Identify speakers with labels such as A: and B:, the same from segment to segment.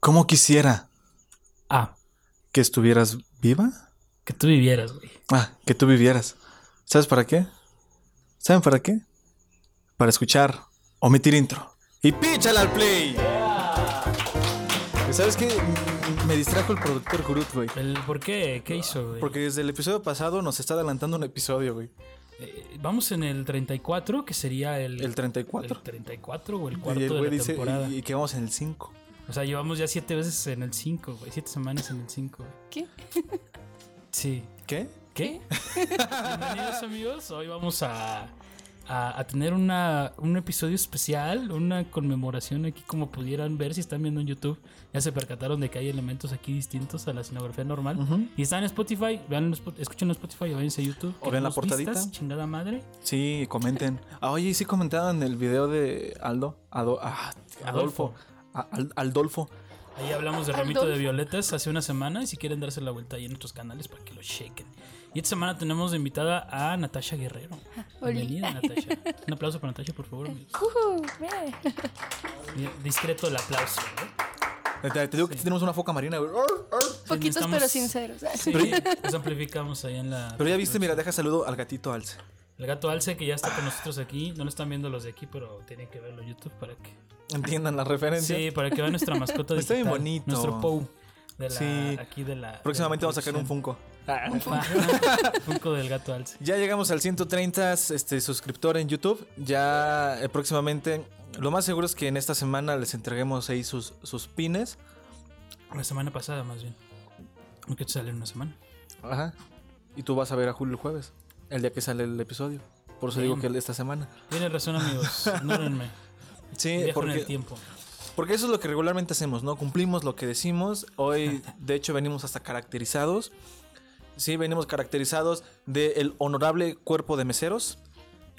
A: ¿Cómo quisiera
B: Ah,
A: que estuvieras viva?
B: que tú vivieras, güey.
A: Ah, que tú vivieras. ¿Sabes para qué? ¿Saben para qué? Para escuchar, omitir intro. Y píchala al play. ¿Sabes qué? M- Me distrajo el productor Groot, güey.
B: El- ¿Por qué? ¿Qué hizo, güey?
A: Porque desde el episodio pasado nos está adelantando un episodio, güey.
B: Eh, vamos en el 34, que sería el,
A: El 34.
B: el 34 o
A: Y
B: el cuarto
A: el
B: de la
A: güey dice,
B: temporada.
A: y, y que vamos en el 5.
B: O sea, llevamos ya siete veces en el 5, güey. Siete semanas en el 5, güey.
C: ¿Qué?
B: Sí.
A: ¿Qué?
B: ¿Qué? Bienvenidos, amigos. Hoy vamos a, a- a tener una, un episodio especial, una conmemoración aquí, como pudieran ver si están viendo en YouTube. Ya se percataron de que hay elementos aquí distintos a la escenografía normal.
A: Ujú.
B: Y están en Spotify, vean, escuchen en Spotify o váyanse a YouTube.
A: O vean la
B: Queremos
A: portadita.
B: vistas, chingada madre.
A: Sí, comenten. Ah, oye, sí comentaron el video de Aldo. Ado- ah, Adolfo.
B: Adolfo.
A: A- Al- Aldolfo.
B: Ahí hablamos de Ramito de
C: Adolfo.
B: Violetas hace una semana y si quieren darse la vuelta ahí en nuestros canales para que lo chequen. Y esta semana tenemos de invitada a Natasha Guerrero.
C: Oli.
B: Bienvenida, Natasha. Un aplauso para Natasha, por favor. amigos.
C: Ujú, ve.
B: Bien, Discreto el aplauso. ¿eh?
A: Te, te digo que tenemos una foca marina, güey. Or, or.
C: Poquitos
B: Necesitamos-
C: pero sinceros.
B: Sí, los amplificamos ahí en la...
A: Pero ya viste, mira, deja saludo al gatito Alce.
B: El gato Alce que ya está con nosotros aquí. No lo están viendo los de aquí, pero tienen que verlo en YouTube para que...
A: Entiendan la referencia.
B: Sí, para que vean nuestra mascota digital.
A: Está bien bonito.
B: Nuestro Pou. De la,
A: Sí.
B: Aquí de la...
A: Próximamente vamos a sacar un
B: Funko.
A: Funko.
B: Ah. Funko del gato Alce.
A: Ya llegamos al 130 este, suscriptor en YouTube. Ya eh, próximamente, lo más seguro es que en esta semana les entreguemos ahí sus, sus pines.
B: La semana pasada, más bien. Aunque te sale en una semana.
A: Ajá. Y tú vas a ver a Julio el jueves, el día que sale el episodio. Por eso digo
B: Bien.
A: que el de esta semana.
B: Tienes razón, amigos. Ignórenme.
A: Sí,
B: Viajo en el
A: porque,
B: tiempo.
A: porque eso es lo que regularmente hacemos, ¿no? Cumplimos lo que decimos. Hoy, de hecho, venimos hasta caracterizados. Sí, venimos caracterizados del honorable cuerpo de meseros.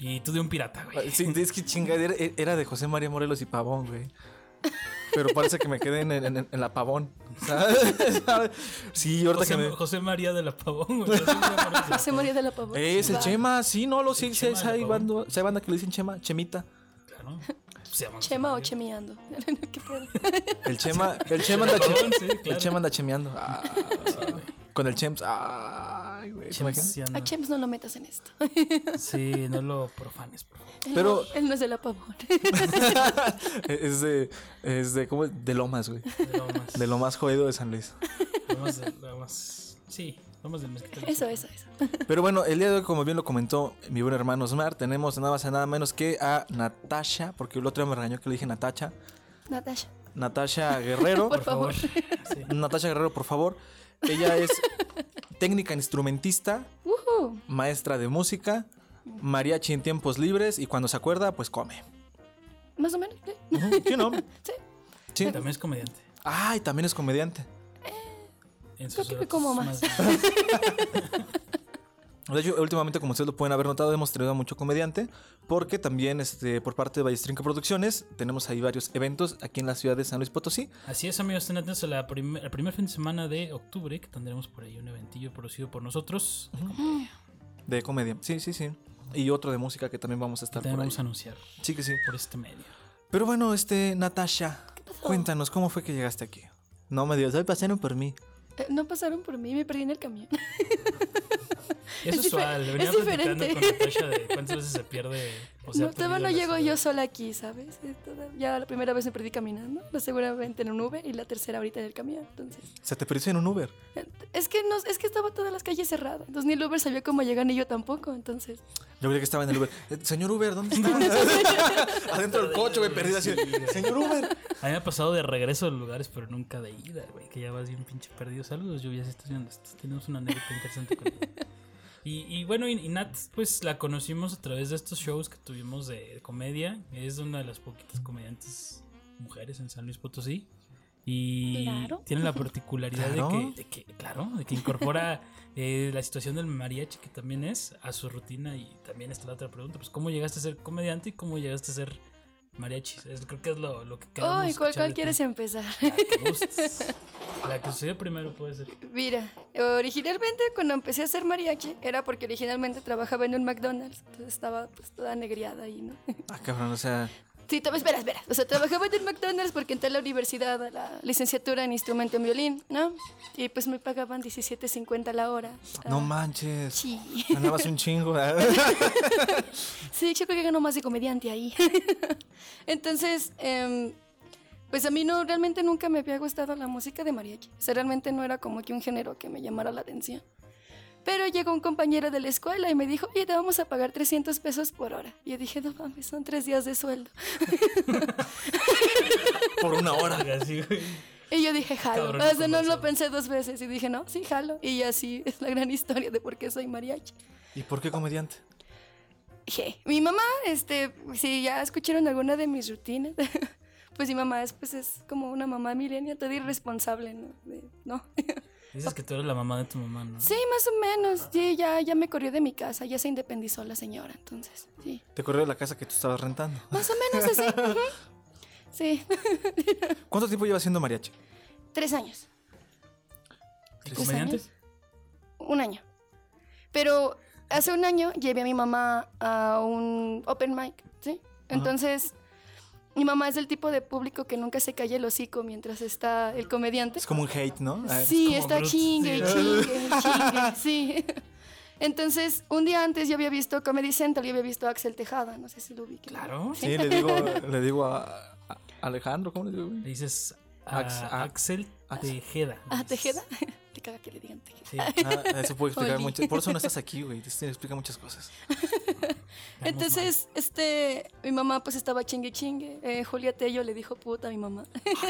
B: Y tú de un pirata, güey.
A: Ah, Sí, es que chingadera e- era de José María Morelos y Pavón, güey. Pero parece que me quedé en, en- en la Pavón. ¿sabes? Sí, ahorita
B: José,
A: que me...
B: José María de la Pavón, güey. José María Pavón de la
C: Se
B: Pavón.
C: moría de la pavor.
A: Eh, Es el
C: Va.
A: Chema, sí, no, lo sí,
B: El
A: sí,
B: Chema
A: sí,
B: de la
A: hay
B: Pavón.
A: banda, sí hay banda que le dicen Chema, Chemita.
B: Claro. Se llama José
C: Chema o
B: María.
C: chemiando. ¿Qué pedo?
A: El Chema, el Chema anda,
B: Pavón,
A: che-
B: sí, claro.
A: el Chema anda chemeando. Ah, con el Chems. Ay, güey, ¿te imaginas?
B: Chemsiano.
C: A Chems no lo metas en esto.
B: Sí, no lo profanes, por favor.
C: Él
A: Pero-
C: no- él no es de la pavor.
A: es de, es de, ¿cómo? es? De Lomas, güey.
B: Lo más,
A: De lo más jodido de San Luis.
B: lo más, de- lo más- Sí, lo más del mezquite.
C: Eso, eso, eso.
A: Pero bueno, el día de hoy, como bien lo comentó mi buen hermano Smart, tenemos nada más y nada menos que a Natasha, porque el otro día me regañó que le dije Natasha.
C: Natasha.
A: Natasha Guerrero.
C: Por favor.
B: Sí.
A: Natasha Guerrero, por favor. Ella es técnica instrumentista,
C: Ujú.
A: maestra de música, mariachi en tiempos libres y cuando se acuerda, pues come.
C: Más o menos. ¿eh?
A: Ujú, ¿Sí, no?
C: Sí.
A: Sí.
B: También es comediante.
A: Ay, también es comediante.
B: En
C: Creo
B: sus
C: que me
B: horas
C: como más.
A: De hecho, últimamente, como ustedes lo pueden haber notado, hemos traído a mucho comediante, porque también este, por parte de Ballestrinca Producciones tenemos ahí varios eventos aquí en la ciudad de San Luis Potosí.
B: Así es, amigos, estén atentos al primer, primer fin de semana de octubre, que tendremos por ahí un eventillo producido por nosotros.
A: De comedia. Sí, sí, sí. Y otro de música que también vamos a
B: que
A: estar
B: también
A: por ahí.
B: vamos a anunciar
A: Sí que sí.
B: por este medio.
A: Pero bueno, este, Natasha,
C: Oh.
A: cuéntanos, ¿cómo fue que llegaste aquí? No me digas, hoy pasaron por mí.
C: Eh, No pasaron por mí, me perdí en el camión.
B: Es,
C: Es difer-
B: usual,
C: es
B: venía platicando
C: diferente.
B: con Natasha de cuántas veces se pierde. o se ha
C: no, todavía
B: perdido
C: no
B: la
C: llego
B: ciudad.
C: yo sola aquí, ¿sabes? Eh, toda- Ya la primera vez me perdí caminando, la segunda vez en un Uber y la tercera ahorita en el camión. Entonces,
A: Se te perdiste en un Uber.
C: eh, es que no, es que estaba todas las calles cerradas. Entonces ni el Uber sabía cómo llegar ni yo tampoco. Entonces,
A: Yo creí que estaba en el Uber. Eh, Señor Uber, ¿dónde está? Adentro del coche, güey, perdida así. Señor Uber.
B: A mí me ha pasado de regreso a los lugares, pero nunca de ida, güey, que ya vas bien pinche perdido. Saludos, lluvia, si estás viendo esto. Tenemos una anécdota interesante con ella. Y, y bueno, y, y Nat, pues la conocimos a través de estos shows que tuvimos de, de comedia. Es una de las poquitas comediantes mujeres en San Luis Potosí. Y
C: Claro.
B: tiene la particularidad
A: Claro.
B: de, que, de que, claro, de que incorpora eh, la situación del mariachi, que también es, a su rutina. Y también está la otra pregunta, pues, ¿cómo llegaste a ser comediante y cómo llegaste a ser mariachi? Es- creo que es lo, lo que queremos
C: ¡ay! ¿cuál,
B: escuchar de
C: cuál
B: ti.
C: quieres empezar?
B: La que gustes. La que sucedió primero puede ser.
C: Mira, originalmente cuando empecé a hacer mariachi era porque originalmente trabajaba en un McDonald's. Entonces estaba pues, toda negriada ahí, ¿no?
A: Ah, cabrón, o sea,
C: Sí, tra- espera, espera. O sea, trabajaba en McDonald's porque entré a la universidad a la licenciatura en instrumento en violín, ¿no? Y pues me pagaban 17.50 la hora.
A: No
C: Ah,
A: manches.
C: Sí.
A: Ganabas un chingo.
C: Sí, yo creo que ganó más de comediante ahí. Entonces, em, pues a mí no, realmente nunca me había gustado la música de mariachi. O sea, realmente no era como que un género que me llamara la atención. Pero llegó un compañero de la escuela y me dijo, oye, te vamos a pagar 300 pesos por hora. Y yo dije, no mames, son tres días de sueldo.
A: Por una hora.
B: Así, güey.
C: Y yo dije, jalo.
B: Cabrón,
C: O sea, no lo
B: información.
C: pensé dos veces y dije, no, sí, jalo. Y así es la gran historia de por qué soy mariachi.
A: ¿Y por qué comediante?
C: Dije, mi mamá, este, si ya escucharon alguna de mis rutinas, pues mi mamá es, pues, es como una mamá milenia, toda irresponsable, ¿no? De- ¿no?
B: Dices que tú eres la mamá de tu mamá, ¿no?
C: sí, más o menos. Sí, ya, ya me corrió de mi casa, ya se independizó la señora, entonces, sí.
A: Te corrió de la casa que tú estabas rentando.
C: Más o menos así. ujú. Sí,
A: ¿Cuánto tiempo llevas siendo mariachi?
C: tres años.
B: ¿Y comediantes?
C: un año. Pero hace un año llevé a mi mamá a un open mic, ¿sí? Entonces, mi mamá es del tipo de público que nunca se calla el hocico mientras está el comediante.
A: Es como un hate, ¿no? Ah,
C: Sí,
B: como
C: está
B: Groot,
C: chingue, y
B: sí.
C: chingue, y chingue, sí. Entonces, un día antes yo había visto Comedy Central y había visto a Axel Tejada, no sé si lo vi.
B: Claro.
A: Sí, le digo, le digo a, a Alejandro, ¿cómo le digo?
B: Le
A: güey?
B: dices a
A: Ax- a-
B: Axel
A: Ax-
B: Tejeda. le
C: ¿A
B: dices.
C: Ah, Tejeda? Te caga que le digan Tejeda.
B: Sí.
A: Ah, eso puede explicar
C: Oli.
A: muchas Por eso no estás aquí, güey. Te te explica muchas cosas.
C: Entonces, este, mi mamá pues estaba chingue chingue. Eh, Julia Tello le dijo puta a mi mamá.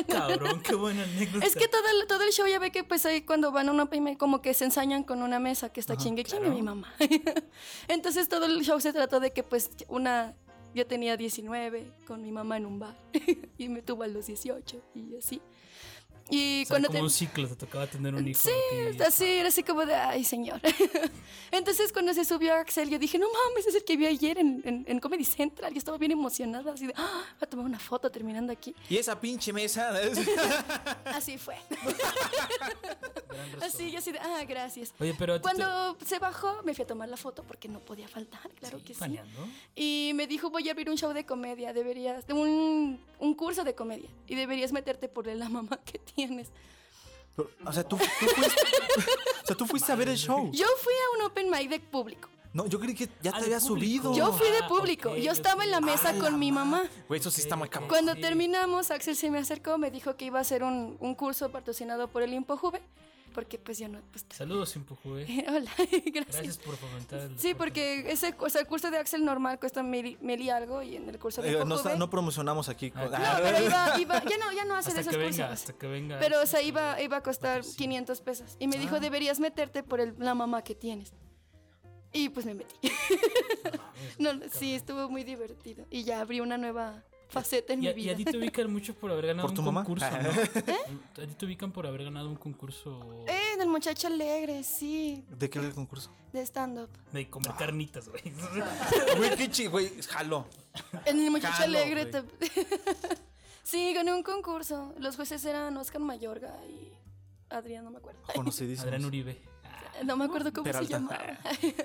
B: Cabrón, qué buena anécdota.
C: Es que todo el, todo el show ya ve que pues ahí cuando van a una pyme como que se ensañan con una mesa que está chingue chingue mi mamá. Entonces todo el show se trató de que pues una yo tenía 19 con mi mamá en un bar y me tuvo a los 18 y así. Y
B: O sea,
C: cuando
B: como
C: te-
B: un ciclo, te tocaba tener un hijo.
C: Sí,
B: a ti.
C: así, era así como de, ay, señor. Entonces, cuando se subió Axel, yo dije, no mames, es el que vi ayer en, en- en Comedy Central. Yo estaba bien emocionada, así de, ah, voy a tomar una foto terminando aquí.
A: Y esa pinche mesa.
C: Así fue.
B: Gran razón.
C: Así, yo así de, ah, gracias.
B: Oye, pero a ti te-
C: Cuando se bajó, me fui a tomar la foto porque no podía faltar, claro
B: Sí,
C: que sí.
B: planeando.
C: Y me dijo, voy a abrir un show de comedia, deberías, de un, un curso de comedia, y deberías meterte por la mamá que tienes.
A: o sea, tú, tú fuiste. O sea, tú fuiste a ver el show.
C: Yo fui a un open mic de público.
A: No, yo creí que ya
B: Ah,
A: te
B: de
A: había
B: público.
A: subido.
C: Yo fui de
B: Ah,
C: público,
B: ok,
C: yo estaba en la
B: ok.
C: mesa
A: Ah,
C: con
A: la
C: mi mamá.
A: Güey, eso sí está muy cabrón.
C: Cuando
B: Sí.
C: terminamos, Axel se me acercó, me dijo que iba a hacer un, un curso patrocinado por el ImpoJuve, porque pues yo no... Pues,
B: Saludos, Impujuve.
C: hola, gracias.
B: Gracias por fomentar el
C: Sí,
B: deporte.
C: porque ese, o sea, el curso de Axel normal cuesta mil, mil y algo y en el curso de
A: Eh, no,
C: Impojuve-
A: está- no promocionamos aquí.
B: Ah,
A: con-
B: claro.
C: No, pero iba, iba- ya no, ya no hace de
B: Hasta
C: esos
B: que venga,
C: cursos.
B: hasta que venga.
C: Pero, o sea, iba, iba a costar
B: Patrocinio.
C: 500 pesos. Y me dijo,
B: Ah.
C: deberías meterte por el- la mamá que tienes. Y pues me metí.
B: Ah,
C: no, no, sí, estuvo muy divertido. Y ya abrí una nueva faceta en
B: Y a,
C: mi
B: y a
C: vida.
B: ti te ubican mucho por haber ganado
A: ¿Por tu
B: un
A: mamá?
B: concurso,
A: Ah.
B: ¿no? A ti te ubican por haber ganado un concurso
C: Eh, del muchacho alegre, sí,
A: ¿De qué era el concurso?
C: de stand-up.
B: de comer carnitas, güey.
A: Güey, qué chi- güey, jalo.
C: En el muchacho
A: Jalo,
C: alegre. te- sí, gané un concurso. Los jueces eran Oscar Mayorga y Adrián, no me acuerdo.
A: Conocidísimo.
B: Adrián Uribe. Ah,
C: No me acuerdo cómo se
A: Peralta.
C: llamaba.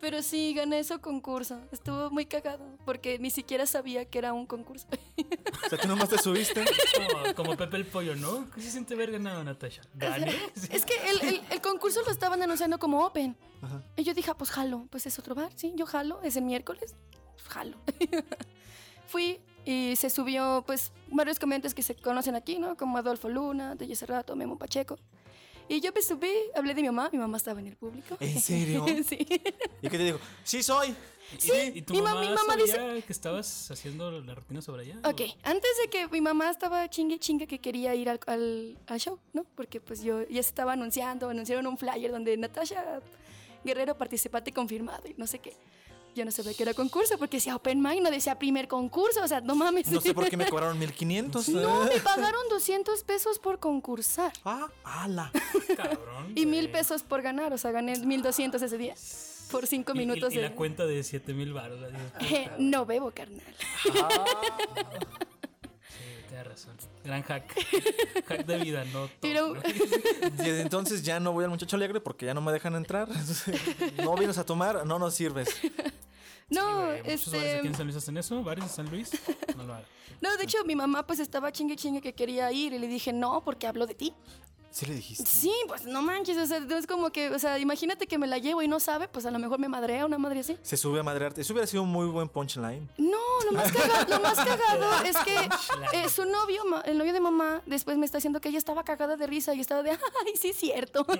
C: Pero sí, gané ese concurso. Estuvo muy cagado porque ni siquiera sabía que era un concurso.
A: O sea, tú nomás te subiste.
B: Como, como Pepe el Pollo, ¿no? ¿Qué se siente haber ganado, Natasha? ¿Gané? Sí.
C: Es que el, el- el concurso lo estaban anunciando como open. Y yo dije, ah, pues jalo, pues es otro bar, sí, yo jalo, es el miércoles, jalo. Fui y se subió, pues, varios comediantes que se conocen aquí, ¿no? Como Adolfo Luna, Telle Cerrato, Memo Pacheco. Y yo me subí, hablé de mi mamá, mi mamá estaba en el público.
A: ¿En serio?
C: sí.
A: ¿Y qué te dijo? Sí, soy.
B: ¿Y-
C: sí,
B: ¿Y tu
C: mi ma-
B: mamá,
C: mi mamá
B: sabía que estabas haciendo la rutina sobre allá?
C: Ok, antes de que mi mamá estaba chingue chingue que quería ir al, al- al show, ¿no? Porque pues yo ya se estaba anunciando, anunciaron un flyer donde Natasha Guerrero participante confirmado y no sé qué. Yo no sabía que era concurso porque decía Open Mind, no decía primer concurso, o sea, no mames.
A: No sé por qué me cobraron ¿eh? 1500.
C: No, me pagaron 200 pesos por concursar
A: Ah, ala.
B: Cabrón.
C: y
B: güey.
C: mil pesos por ganar, o sea, gané 1200 ese día por cinco
B: Y- y-
C: minutos
B: Y,
C: de...
B: la cuenta de 7 mil baros. la dices,
C: Eh, no bebo, carnal.
B: Sí, tienes razón. Gran hack. Hack de vida, no. todo,
C: Tira un-
B: ¿no?
A: Desde entonces ya no voy al muchacho alegre porque ya no me dejan entrar. No vienes a tomar, no nos sirves.
C: No,
B: güey, muchos bares
C: este.
B: aquí en San Luis hacen eso, bares de San Luis, no lo hagan.
C: No, de hecho, mi mamá pues estaba chingue chingue que quería ir y le dije no porque hablo de ti.
A: Sí le dijiste.
C: Sí, pues no manches, o sea, no es como que, o sea, imagínate que me la llevo y no sabe, pues a lo mejor me madrea una madre así.
A: Se sube a madrearte. Eso hubiera sido un muy buen punchline.
C: No, lo más cagado, lo más cagado es que eh, su novio, ma- el novio de mamá, después me está diciendo que ella estaba cagada de risa y estaba de, ay, sí es cierto.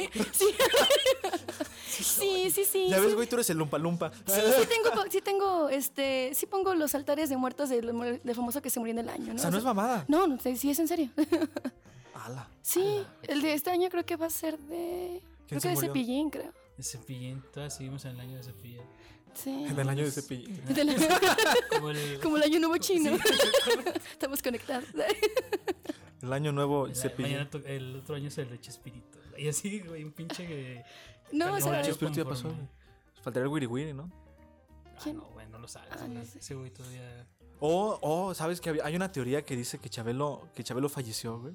C: Sí, sí, sí. sí,
A: ya ves,
C: sí.
A: güey, tú eres el lumpa lumpa. Eh,
C: Sí, sí tengo, po- sí tengo, este, sí pongo los altares de muertos del del famoso que se murió en el año, ¿no?
A: o sea, no es mamada.
C: No, no, sí, sí, es en serio.
A: Ala.
C: Sí, el de este año creo que va a ser de. Creo
A: se
C: que de
A: murió?
C: Cepillín, creo.
B: De Cepillín, todas ah, seguimos en el año de Cepillín.
C: Sí.
A: En el año de cepillín.
C: Del-
B: Como el-
C: Como el año nuevo chino.
B: Sí,
C: Estamos conectados.
A: El año nuevo
B: el-
A: cepillín.
B: mañana to- el otro año es el de Chespirito. güey. Y así, güey, un pinche que.
C: No, o
B: calendario
C: sea,
A: Chespirito ya
B: conforme.
A: pasó, güey. Faltaría el wiri wiri, ¿no?
B: Ah,
C: ¿Quién?
B: no, güey, no lo sabes.
C: Ah,
B: güey.
C: no sé.
B: Ese güey todavía.
A: O, o, ¿sabes que Hay una teoría que dice que Chabelo, que Chabelo falleció, güey.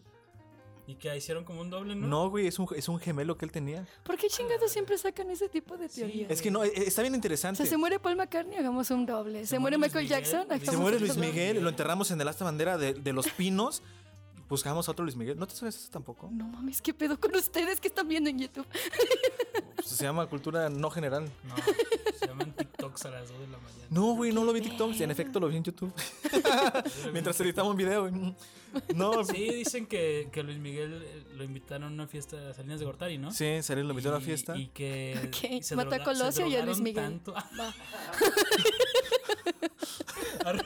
B: Y que hicieron como un doble, ¿no?
A: No, güey, es un, es un gemelo que él tenía.
C: ¿por qué chingados siempre sacan ese tipo de teorías?
A: Es que no, e- está bien
C: O
A: interesante.
C: sea, se muere Paul McCartney, hagamos un doble. Se, muere,
B: muere
C: Michael
B: Luis
C: Jackson,
B: Miguel,
C: hagamos
A: Se muere
C: un
A: Luis
C: doble.
A: Miguel, lo enterramos en el asta bandera de, de los pinos. Buscamos a otro Luis Miguel. ¿No te sabes eso tampoco?
C: No mames, ¿qué pedo con ustedes que están viendo en YouTube?
A: Pues se llama cultura no general.
B: No, se llaman TikToks a las 2 de la mañana.
A: No, güey, no lo vi en TikTok. En efecto, lo vi en YouTube. Mientras editaba un video, güey. No, sí.
B: Sí, dicen que, que Luis Miguel eh, lo invitaron a una fiesta a Salinas de Gortari, ¿no?
A: Sí, salió, lo invitó a la
B: Y-
A: fiesta.
B: Y que
C: Ok,
B: se
C: mató a
B: droga- se
C: Colosio y a Luis
B: drogaron
C: Miguel.
B: tanto-
C: Va,
B: Arru-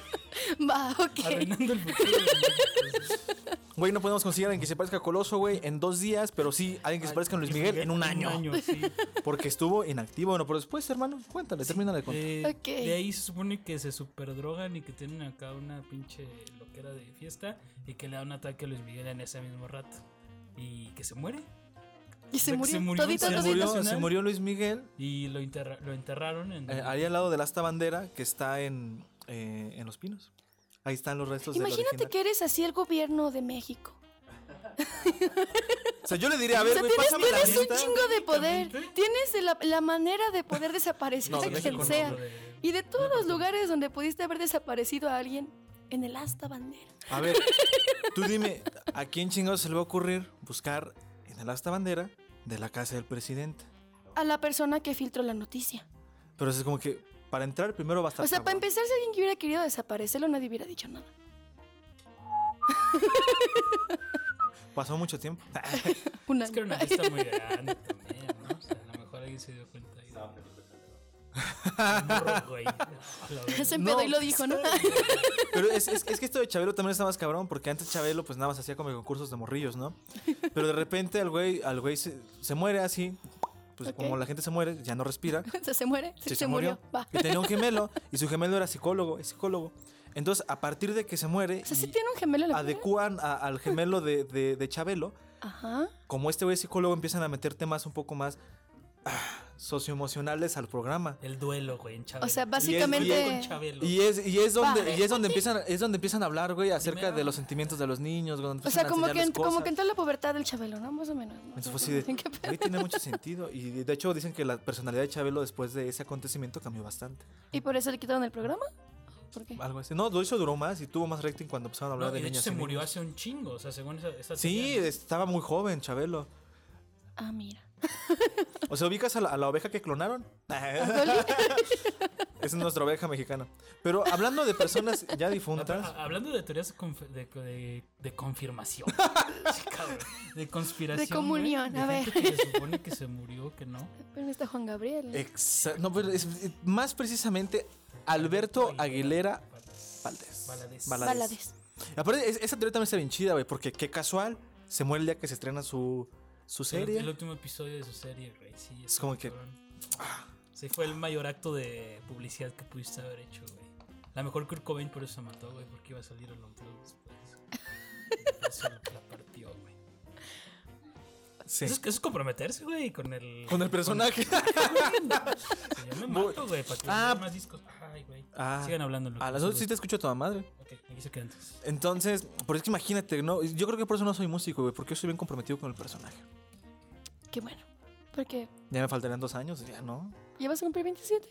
C: va, ok.
B: arruinando el futuro. de Luis Miguel.
A: Güey, no podemos conseguir a alguien que se parezca a Coloso, güey, en dos días, pero sí alguien que se parezca a Luis Miguel en un año.
B: sí.
A: Porque estuvo inactivo. Bueno, pero después, hermano, cuéntale, termínale de contar.
B: Eh,
C: Ok.
B: De ahí se supone que se superdrogan y que tienen acá una pinche loquera de fiesta y que le da un ataque a Luis Miguel en ese mismo rato. Y que se muere.
C: Y se
B: Se
C: murió,
B: murió,
C: todito,
B: se
A: se,
C: todito.
A: murió,
B: nacional.
A: se murió Luis Miguel
B: Y lo, enterra- lo enterraron en...
A: eh, ahí al lado de la asta bandera que está en, eh, en Los Pinos. Ahí están los restos de
C: Imagínate que eres así el gobierno de México.
A: O sea, yo le diría, a
C: O
A: ver,
C: sea,
A: güey,
C: tienes,
A: pásame la
C: tienes un
A: neta.
C: chingo de poder.
B: Técnicamente.
C: Tienes de la, la manera de poder desaparecer
A: No,
C: a
A: de
C: quien
A: México no,
C: sea.
B: lo de-
C: Y de todos los lugares donde pudiste haber desaparecido a alguien, en el asta bandera.
A: A ver, tú dime, ¿a quién chingados se le va a ocurrir buscar en el asta bandera de la casa del presidente?
C: A la persona que filtró la noticia.
A: Pero es como que para entrar primero va a estar.
C: O sea, para
A: cabrón.
C: empezar, si alguien que hubiera querido desaparecerlo, nadie hubiera dicho nada.
A: Pasó mucho tiempo.
C: Un
B: Es que
C: año.
B: era una fiesta muy grande también, ¿no? O sea, a lo mejor alguien se dio cuenta ahí. Morro, güey. La verga.
C: Se empedó
A: No.
C: y lo dijo, ¿no?
A: Pero es, es- es que esto de Chabelo también está más cabrón, porque antes Chabelo pues nada más hacía como concursos de morrillos, ¿no? Pero de repente al güey, al güey se, se muere así. Pues
C: Ok.
A: como la gente se muere, ya no respira.
C: O sea, se muere. Sí,
A: Sí,
C: se, murió. Va.
A: Y tenía un gemelo, y su gemelo era psicólogo, es psicólogo. Entonces, a partir de que se muere,
C: O sea,
A: y
C: sí tiene un gemelo en la primera?
A: adecúan a- al gemelo de, de- de Chabelo,
C: Ajá.
A: como este güey es psicólogo, empiezan a meter temas un poco más ah, socioemocionales al programa.
B: El duelo, güey, en Chabelo.
C: O sea,
B: El
C: básicamente-
B: duelo con Chabelo.
A: Y es, y es donde,
C: Va.
A: y es donde empiezan, es donde empiezan a hablar, güey, acerca
B: Primero-
A: de los sentimientos de los niños, güey, donde
C: O sea,
A: empiezan a
C: como que,
A: enseñarles
C: ent- como
A: cosas.
C: que entró en la pubertad del Chabelo, ¿no? Más o menos. ¿no?
A: Entonces fue así de,
C: ¿Qué pedo?
A: güey, tiene mucho sentido. Y de hecho dicen que la personalidad de Chabelo después de ese acontecimiento cambió bastante.
C: ¿Y por eso le quitaron el programa? ¿Por qué?
A: Algo así. No, lo hizo duró más y tuvo más rating cuando empezaron a
B: No,
A: hablar de
B: y de hecho
A: niñas.
B: se
A: y
B: murió
A: niños.
B: hace un chingo, o sea, según esa, esa
A: Sí,
B: teoría, ¿no?
A: estaba muy joven, Chabelo.
C: Ah, mira.
A: O sea, ubicas a la, a la oveja que clonaron. es nuestra oveja mexicana. Pero hablando de personas ya difuntas,
B: Ha- Hablando de teorías conf- de, de- de confirmación, Sí, cabrón. de conspiración,
C: De comunión,
B: güey, de
C: a ver.
B: gente que se supone que se murió, que no.
C: Pero no está Juan Gabriel. ¿eh?
A: exa- no, pero es- eh, más precisamente Alberto Aguilera Valdés.
B: Valadez.
C: Balades.
A: Aparte, es- esa teoría también está bien chida, güey, porque qué casual. Se muere el día que se estrena su, su
B: El, el
A: serie.
B: último episodio de su serie, güey. Sí,
A: Es
B: está
A: como que-
B: cabrón. Sí, fue el mayor acto de publicidad que pudiste haber hecho, güey. A lo mejor Kurt Cobain por eso se mató, güey, porque iba a salir el otro después. Por eso la partió, güey.
A: Sí.
B: Eso, es, eso es comprometerse, güey, con el.
A: Con el personaje.
B: con- yo me mato, güey, para que
A: Ah.
B: más discos. Ay, güey.
A: Ah.
B: Sigan hablando.
A: A las dos sí te escucho a toda madre.
B: Ok, aquí se quedan entonces.
A: Entonces, por es que imagínate, ¿no? Yo creo que por eso no soy músico, güey, porque yo soy bien comprometido con el personaje.
C: Qué bueno. Porque
A: Ya me faltarían dos años, ya no.
C: llevas a cumplir 27.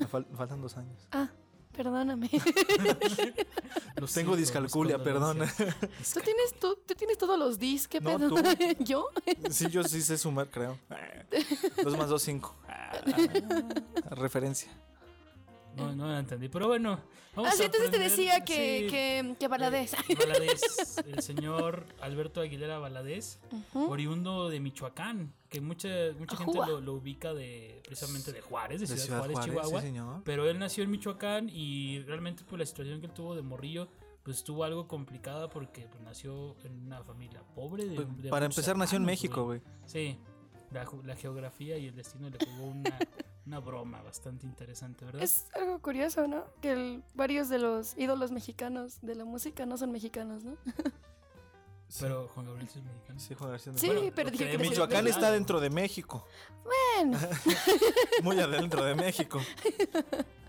A: Me, fal- me faltan dos años.
C: Ah, perdóname.
B: Los
A: Tengo discalculia, perdón.
C: ¿Tú tienes, tú, tú tienes todos los dis, ¿qué
A: No,
C: pedo?
A: tú.
C: ¿Yo?
A: Sí, yo sí sé sumar, creo. Dos más dos, cinco. Ah, Referencia.
B: No, no la entendí. Pero bueno. vamos
C: ah, sí,
B: a
C: entonces te
B: aprender-
C: decía que,
B: sí,
C: que, que baladez.
B: eh, Valadez, el señor Alberto Aguilera Valadez, oriundo de Michoacán, que mucha, mucha gente
C: Ajúa.
B: lo, lo ubica de precisamente de Juárez, de,
A: De
B: Ciudad,
A: Ciudad
B: Juárez,
A: Juárez,
B: Chihuahua.
A: sí, señor.
B: Pero él nació en Michoacán y realmente pues la situación que él tuvo de morrillo pues estuvo algo complicada porque pues, nació en una familia pobre. de- de
A: Pues, Para
B: muchos
A: empezar, nació en
B: hermanos,
A: México, güey.
B: Sí, la, ju- la geografía y el destino le jugó una, una broma bastante interesante, ¿verdad?
C: Es algo curioso, ¿no? Que el- varios de los ídolos mexicanos de la música no son mexicanos, ¿no?
B: Pero Juan Gabriel sí es mexicano.
A: Sí, Juan García.
C: Sí,
A: Bueno,
C: pero
B: lo
C: dije que
B: creemos.
C: no soy
A: Michoacán
C: mexicana.
A: está dentro de México.
C: Bueno,
A: Muy adentro de México.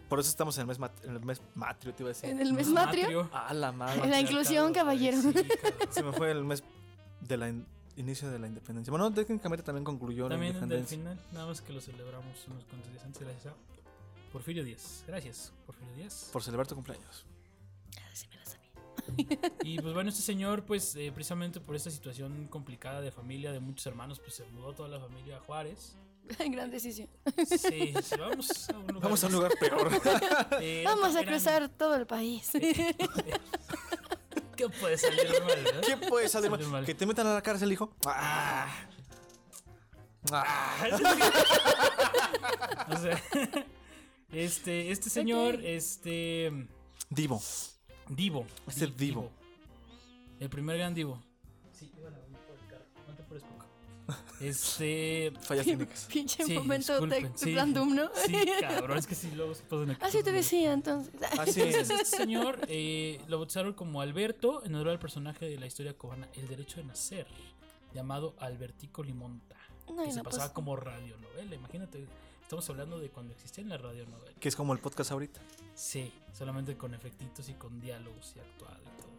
A: Por eso estamos en el mes, mat- en el mes matrio, te iba a
C: en
A: decir.
C: el mes matrio.
A: Ah, la
C: En
A: madre.
C: la inclusión, caballero.
B: Sí, cabrón.
A: Se me fue el mes de la in- inicio de la independencia. Bueno, técnicamente también concluyó la
B: También del
A: independencia.
B: final, nada más que lo celebramos unos cuantos días antes, gracias a Porfirio Díaz. Gracias, Porfirio Díaz.
A: Por celebrar tu cumpleaños.
C: Sí, me la sabía.
B: Y pues bueno, este señor, pues eh, precisamente por esta situación complicada de familia, de muchos hermanos, pues se mudó toda la familia a Juárez.
C: Gran decisión.
B: Sí, sí, vamos a un lugar.
A: Vamos a un lugar peor.
B: Eh,
C: Vamos a
B: eran-
C: cruzar todo el país.
B: ¿Qué puede salir mal, verdad?
A: ¿Qué puede salir
B: Salió mal.
A: mal? Que te metan a la cárcel, hijo. Ah. Ah.
B: O sea, este, este señor, este.
A: Divo.
B: Divo.
A: Este
B: Di-
A: Divo.
B: El primer gran Divo. Sí, bueno, no te pones poco. Este.
A: Fallas técnicas.
C: Pinche
B: sí,
C: momento
B: disculpen,
C: tec-
B: sí,
C: random, ¿no?
B: Sí, cabrón, es que sí, luego se pasan aquí
C: Así Ah, te
B: cosas muy-
C: decía entonces.
A: Así es.
B: Entonces, este señor eh, lo bautizaron como Alberto en honor al personaje de la historia cubana El Derecho de Nacer, llamado Albertico Limonta,
C: No,
B: que
C: y
B: se
C: no,
B: pasaba
C: pues-
B: como radionovela. Imagínate, estamos hablando de cuando existían las radionovelas.
A: Que es como el podcast ahorita.
B: Sí, solamente con efectitos y con diálogos y actuado y todo.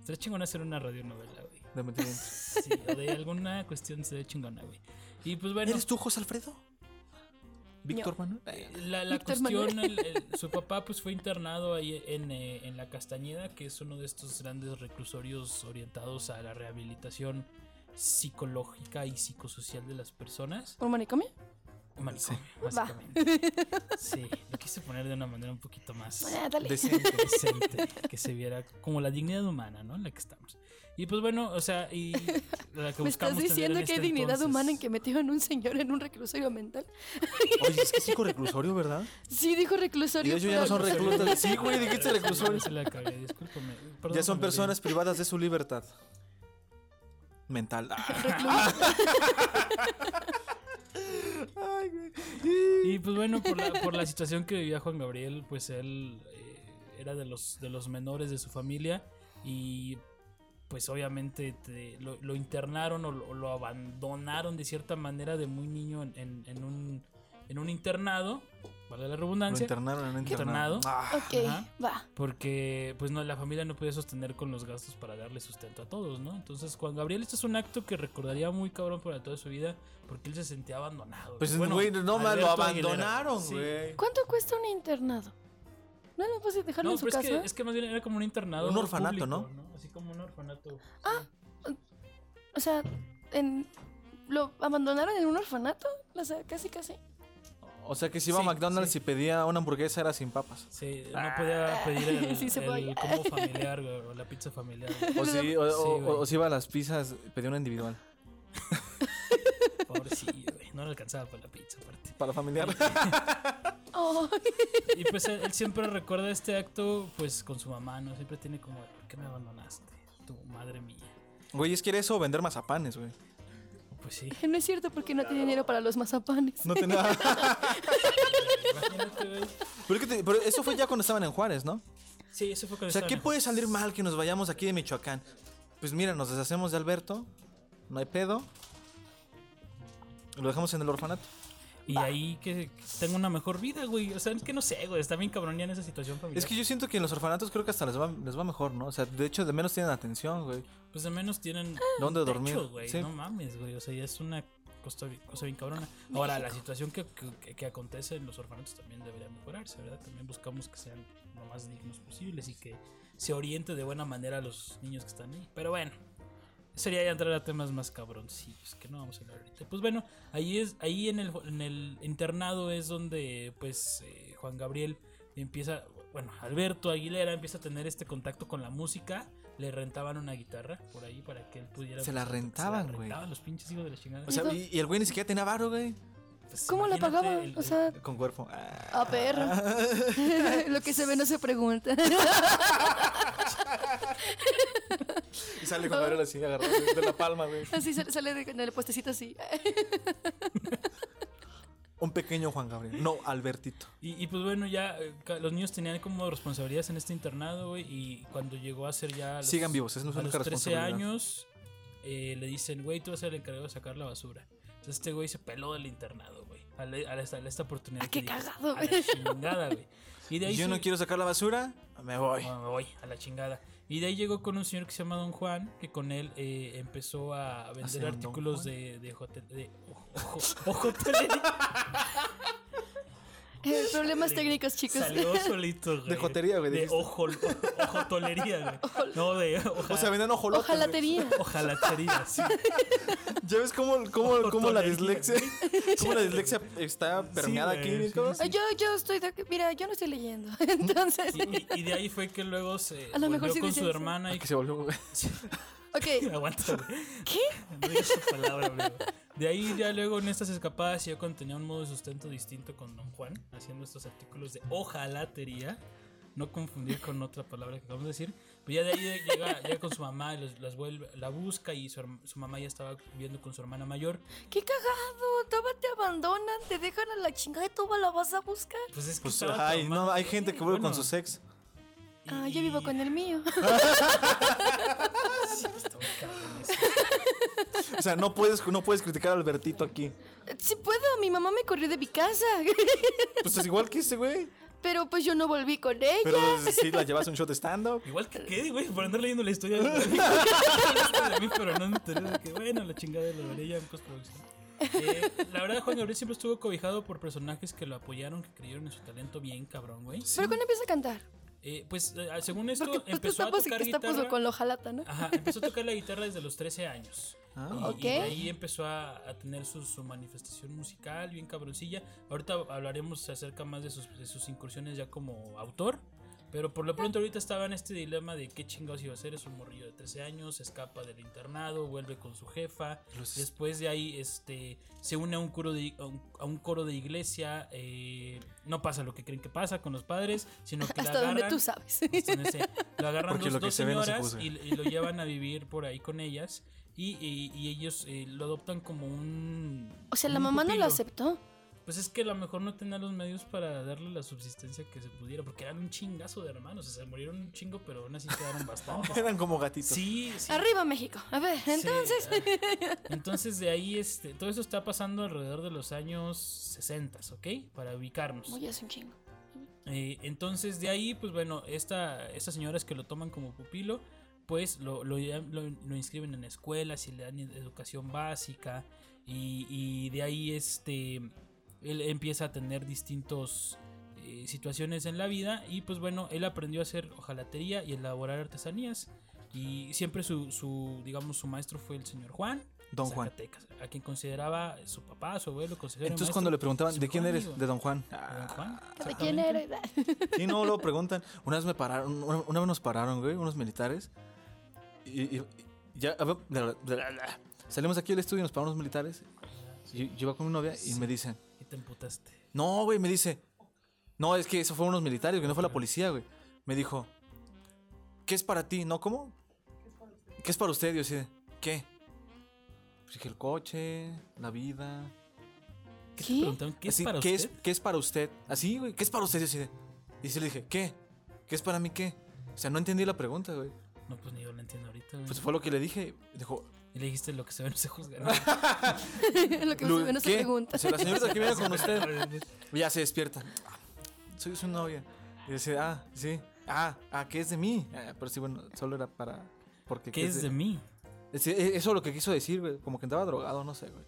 B: Estaría chingón hacer una radionovela, güey.
A: De metimiento.
B: Sí, o de alguna cuestión estaría chingona, güey. Y pues bueno.
A: ¿Eres tú, José Alfredo? ¿Víctor Manuel?
B: La, la
C: Víctor
B: cuestión, el- el- su papá pues fue internado ahí en, eh, en la Castañeda, que es uno de estos grandes reclusorios orientados a la rehabilitación psicológica y psicosocial de las personas.
C: ¿Un manicomio?
B: Un manicomio, básicamente. Sí, lo quise poner de una manera un poquito más
C: Ah, dale.
A: Decente.
B: decente, que se viera como la dignidad humana, ¿no? En la que estamos. Y pues bueno, o sea, y la que
C: ¿Me estás
B: buscamos tener
C: diciendo
B: en
C: que hay
B: este
C: dignidad
B: entonces-
C: humana en que metieron un señor en un reclusorio mental?
A: Oye, es que es hijo reclusorio, ¿verdad?
C: Sí, dijo
A: Y
C: reclusorio.
A: de hecho ya no
C: pero-
A: son reclutas. Sí, güey, dijiste reclusorio.
B: Se Pues, la cagué, discúlpame. Perdón,
A: Ya son
B: Juan Gabriel.
A: personas privadas de su libertad. Mental. Ah. Ay, güey.
B: Y pues bueno, por la, por la situación que vivía Juan Gabriel, pues él eh, era de los, de los menores de su familia y pues obviamente te- lo, lo internaron o lo, lo abandonaron de cierta manera de muy niño en, en- en un, en un internado, vale la
A: Lo
B: redundancia,
A: internaron en un
B: Internado.
A: internado. Ah.
C: Ok,
B: Ajá.
C: va.
B: porque pues no, la familia no podía sostener con los gastos para darle sustento a todos, ¿no? Entonces Juan Gabriel este es un acto que recordaría muy cabrón para toda su vida porque él se sentía abandonado.
A: Pues,
B: Bueno,
A: güey, no más lo
B: Alberto Aguilera,
A: abandonaron,
B: sí.
A: güey.
C: ¿Cuánto cuesta un internado? ¿No lo puedes dejar en su
B: pero
C: casa?
B: pues es que, es que más bien era como un internado.
A: Un orfanato,
B: público,
A: ¿no?
B: Así como un orfanato.
C: O sea, en... ¿lo abandonaron en un orfanato? O sea, casi, casi.
A: O sea que si iba a
B: Sí,
A: McDonald's
B: sí.
A: y pedía una hamburguesa era sin papas.
B: Sí, no
A: Ah.
B: podía pedir el,
C: Sí, se
B: el
C: podía.
B: combo familiar, güey, o la pizza familiar.
A: O si, o-
B: Sí,
A: o-
B: güey.
A: o si iba a las pizzas, pedía una individual.
B: Pobrecillo, güey. No le alcanzaba para la pizza, aparte.
A: Para familiar.
C: Oh,
B: Y pues él, él siempre recuerda este acto, pues con su mamá, ¿no? Siempre tiene como, ¿por qué me abandonaste? Tu madre mía.
A: Güey, es que era eso, vender mazapanes, güey.
B: Pues sí.
C: no es cierto porque no tiene dinero para los mazapanes.
A: No tenía.
B: Imagínate, güey.
A: pero, es que te- pero eso fue ya cuando estaban en Juárez, ¿no?
B: Sí, eso fue con
A: O sea, ¿qué puede salir mal que nos vayamos aquí de Michoacán? Pues mira, nos deshacemos de Alberto. No hay pedo. Lo dejamos en el orfanato.
B: Y ahí que que tenga una mejor vida, güey. O sea, es que no sé, güey. Está bien cabronía en esa situación familiar.
A: Es que yo siento que en los orfanatos creo que hasta les va, les va mejor, ¿no? O sea, de hecho, de menos tienen atención, güey.
B: Pues de menos tienen
A: ¿Dónde
B: techo,
A: dormir?
B: güey.
A: Sí.
B: No mames, güey. O sea, ya es una cosa, cosa bien cabrona. Ahora, la situación que, que- que acontece en los orfanatos también debería mejorarse, ¿verdad? También buscamos que sean lo más dignos posibles y que se oriente de buena manera a los niños que están ahí. Pero bueno, sería ya entrar a temas más cabroncillos que no vamos a hablar ahorita. Pues bueno, ahí es ahí en el, en el internado es donde pues eh, Juan Gabriel empieza, bueno, Alberto Aguilera empieza a tener este contacto con la música. Le rentaban una guitarra por ahí para que él pudiera pues,
A: Se la
B: se
A: rentaban, güey.
B: rentaban los pinches hijos de la chingada.
A: O sea,
C: Entonces-
A: y, y el güey ni siquiera tenía varo, güey.
B: Pues,
C: ¿Cómo la
B: imagínate
C: pagaba?
B: el-
C: O sea,
A: Con cuerpo. Ah.
C: a perro. Lo que se ve no se pregunta.
A: Y sale con Gabriel así agarrado de la palma, güey.
C: Así sale, sale de- del puestecito así.
A: Un pequeño Juan Gabriel. No, Albertito.
B: Y, y, pues bueno, ya eh, ca- los niños tenían como responsabilidades en este internado, güey. Y cuando llegó a ser ya. a los-
A: Sigan vivos, es
B: a
A: nuestra
B: los
A: única
B: 13
A: responsabilidad.
B: años eh, le dicen, güey, tú vas a ser el encargado de sacar la basura. Entonces este güey se peló del internado, güey. A, la- a la- a esta oportunidad.
C: Ah, qué
B: que dijo,
C: cagado,
B: A
C: güey.
B: la chingada, güey. Y de ahí
A: Yo
B: se-
A: no quiero sacar la basura, me voy.
B: no, me voy, a la chingada. Y de ahí llegó con un señor que se llama Don Juan, que con él eh, empezó a
A: ser
B: vender
A: un Don
B: artículos
A: Juan?
B: de, de, hotel- de ojo, ojo- ojotelería.
C: Eh, Problemas técnicos, chicos.
B: Salió solito, güey.
A: De jotería, güey,
B: De
A: dijiste.
B: ojo, ojotolería, güey. No, de oja-
A: O sea, venden ojolotes.
C: Ojalá
A: güey.
C: tenía.
B: ojalatería, sí.
A: Ya ves cómo, cómo, cómo la
B: Ojotolería,
A: dislexia. Cómo la dislexia está permeada
B: güey,
A: aquí,
B: sí,
A: ¿cómo?
B: sí.
C: Yo, yo estoy. de- Mira, yo no estoy leyendo. Entonces.
B: Y, y- y de ahí fue que luego se
C: A lo mejor
B: volvió
C: sí
B: con
C: decía
B: su
C: eso.
B: hermana y
A: Que se volvió. güey.
C: Ok.
B: aguanta, güey.
C: ¿Qué?
B: No digas esa palabra, güey. De ahí ya luego en estas escapadas yo cuando tenía un modo de sustento distinto con Don Juan, haciendo estos artículos de ojalatería. No confundir con otra palabra que acabamos de decir. Pero ya de ahí llega, llega con su mamá, y los, las vuelve, la busca y su, herm- su mamá ya estaba viviendo con su hermana mayor.
C: Qué cagado. Toma, te abandonan, te dejan a la chingada y toma la vas a buscar.
B: Pues es que
A: Pues,
B: estaba
A: ay,
B: traumada.
A: no, hay gente que vuelve
B: Bueno,
A: con su sex.
B: y-
C: Ah, yo vivo con el mío.
B: Sí, está muy cabrón eso.
A: O sea, no puedes, no puedes criticar a Albertito aquí.
C: Sí puedo, mi mamá me corrió de mi casa.
A: Pues es igual que ese, güey.
C: Pero pues yo no volví con ella.
A: Pero sí la llevas a un shot stand-up.
B: Igual que qué, güey, por andar leyendo la historia de de mí, pero no me enteré de que, bueno, la chingada lo veré ya en postproducción. Eh, la verdad, Juan Gabriel siempre estuvo cobijado por personajes que lo apoyaron, que creyeron en su talento bien cabrón, güey.
C: ¿Pero cuándo empieza a cantar?
B: Eh, pues, eh, según esto,
C: Porque pues,
B: empezó a
C: estamos,
B: tocar
C: estamos
B: guitarra. Ah,
C: con lo jalata, ¿no?
B: Ajá, empezó a tocar la guitarra desde los 13 años.
A: Ah.
B: y, y
C: Ok.
B: de ahí empezó a, a tener su, su manifestación musical bien cabroncilla. Ahorita hablaremos acerca más de sus, de sus incursiones ya como autor. Pero por lo pronto ahorita estaba en este dilema de qué chingados iba a hacer. Es un morrillo de 13 años, se escapa del internado, vuelve con su jefa.
A: Los-
B: Después de ahí este, se une a un, coro de, a un, a un coro de iglesia. eh, no pasa lo que creen que pasa con los padres, sino que la
C: Hasta donde
B: agarran-
C: tú sabes.
B: pues, no sé, lo agarran
A: Porque
B: dos,
A: lo que
B: dos
A: se ve no se
B: señoras
A: juzga.
B: y, y lo llevan a vivir por ahí con ellas y, y- y ellos eh, lo adoptan como un...
C: O sea,
B: como
C: la
B: un
C: mamá no lo
B: pupilo.
C: aceptó.
B: Pues es que a lo mejor no tenía los medios para darle la subsistencia que se pudiera, porque eran un chingazo de hermanos, o sea, se murieron un chingo, pero aún así quedaron bastantes.
A: Eran como gatitos.
B: Sí, sí.
C: Arriba México. A ver,
B: Sí,
C: entonces.
B: ah, entonces de ahí este, todo eso está pasando alrededor de los años 60, ¿ok? Para ubicarnos.
C: Uy, es un chingo.
B: Eh, entonces de ahí, pues bueno, esta, estas señoras que lo toman como pupilo, pues lo, lo, llam- lo- lo inscriben en escuelas y le dan ed- educación básica y, y de ahí este, él empieza a tener distintos eh, situaciones en la vida y pues bueno, él aprendió a hacer hojalatería y elaborar artesanías y siempre su, su digamos, su maestro fue el señor Juan.
A: Don Juan.
B: Zacatecas, a quien consideraba su papá, su abuelo, consejero.
A: Entonces cuando le preguntaban,
B: su
A: ¿de quién
B: mejor
A: eres?
B: amigo".
A: De Don Juan.
B: Don Juan.
C: ¿De quién
B: exactamente.
C: era?
A: Sí, no, lo preguntan. Una vez me pararon, una, una vez nos pararon, güey, unos militares. Y, y- y ya a ver, bla, bla, bla. salimos aquí del estudio y nos pararon unos militares. Y yo, yo iba con mi novia y me dicen,
B: Y te emputaste.
A: no, güey, me dice, no, es que eso fueron unos militares, que no fue la policía, güey. Me dijo, ¿qué es para ti? ¿No? ¿Cómo? ¿Qué es para usted? Yo así de, ¿qué? Pues dije, el coche, la vida.
C: ¿Qué?
B: Preguntaron, ¿qué es
A: Así,
B: para
A: ¿qué
B: usted?
A: Es, ¿Qué es para usted? Así, güey, ¿qué es para usted? Yo así de- Y sí le dije, ¿qué? ¿Qué es para mí qué? O sea, no entendí la pregunta, güey.
B: No, pues ni yo lo entiendo ahorita. güey.
A: Pues fue lo que le dije. Dijo,
B: y le dijiste lo que se ve no se juzga. ¿no?
A: Ah,
C: Lo que
A: "Lu-
C: se ve no se
A: ¿qué?
C: pregunta.
A: O sea, la señorita que viene con usted. Y ya se despierta. "Ah, Soy su novia. Y dice, ah, sí. Ah, ah, ¿qué es de mí? Ah, pero sí, bueno, solo era para. Porque
B: ¿Qué es de mí?
A: e, Sí, e- Eso es lo que quiso decir, güey. Como que andaba drogado, no sé, güey.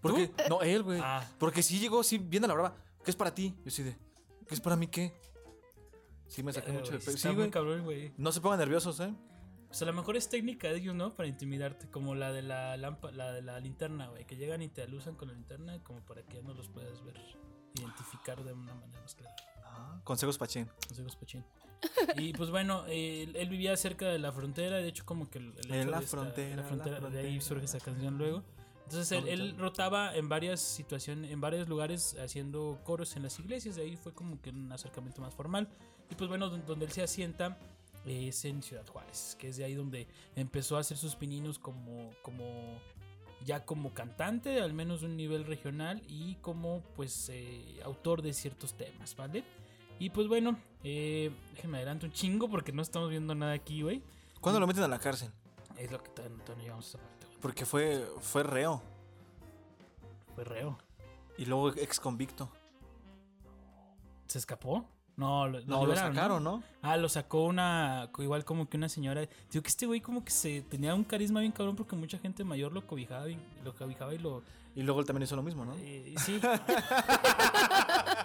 A: Porque, no, él, güey.
B: Ah.
A: Porque sí llegó así bien a la brava. ¿Qué es para ti? Yo sí de, ¿qué es para mí qué? Sí, me saqué
B: Eh,
A: mucho de
B: güey,
A: pedo.
B: está
A: Sí,
B: muy
A: güey.
B: cabrón, güey.
A: No se pongan nerviosos, ¿eh?
B: Pues a lo mejor es técnica de ellos, ¿no? Para intimidarte, como la de la lámpara, la de la linterna, güey, que llegan y te alusan con la linterna, como para que ya no los puedas ver, identificar de una manera más clara.
A: Consejos Pachín.
B: Consejos Pachín. Y pues bueno, eh, él, él vivía cerca de la frontera, de hecho como que el, el hecho
A: En la
B: de esta-
A: frontera,
B: la frontera,
A: la
B: de ahí
A: frontera.
B: surge esa canción luego. Entonces él, él rotaba en varias situaciones, en varios lugares haciendo coros en las iglesias, de ahí fue como que un acercamiento más formal. Y pues bueno, don- donde él se asienta eh, es en Ciudad Juárez, que es de ahí donde empezó a hacer sus pininos como, como ya como cantante, al menos de un nivel regional, y como pues eh, autor de ciertos temas, ¿vale? Y pues bueno, eh, déjenme adelanto un chingo porque no estamos viendo nada aquí, güey.
A: ¿Cuándo lo meten a la cárcel?
B: Es lo que todavía no- todavía no llevamos a esa parte, güey.
A: Porque fue, fue reo
B: Fue reo.
A: y luego ex convicto.
B: ¿Se escapó? No, lo,
A: No, lo
B: liberaron,
A: sacaron, ¿no?
B: Ah, lo sacó una. Igual como que una señora. Digo que este güey como que se tenía un carisma bien cabrón porque mucha gente mayor lo cobijaba y lo cobijaba y lo.
A: Y luego él también hizo lo mismo, ¿no?
B: eh, sí.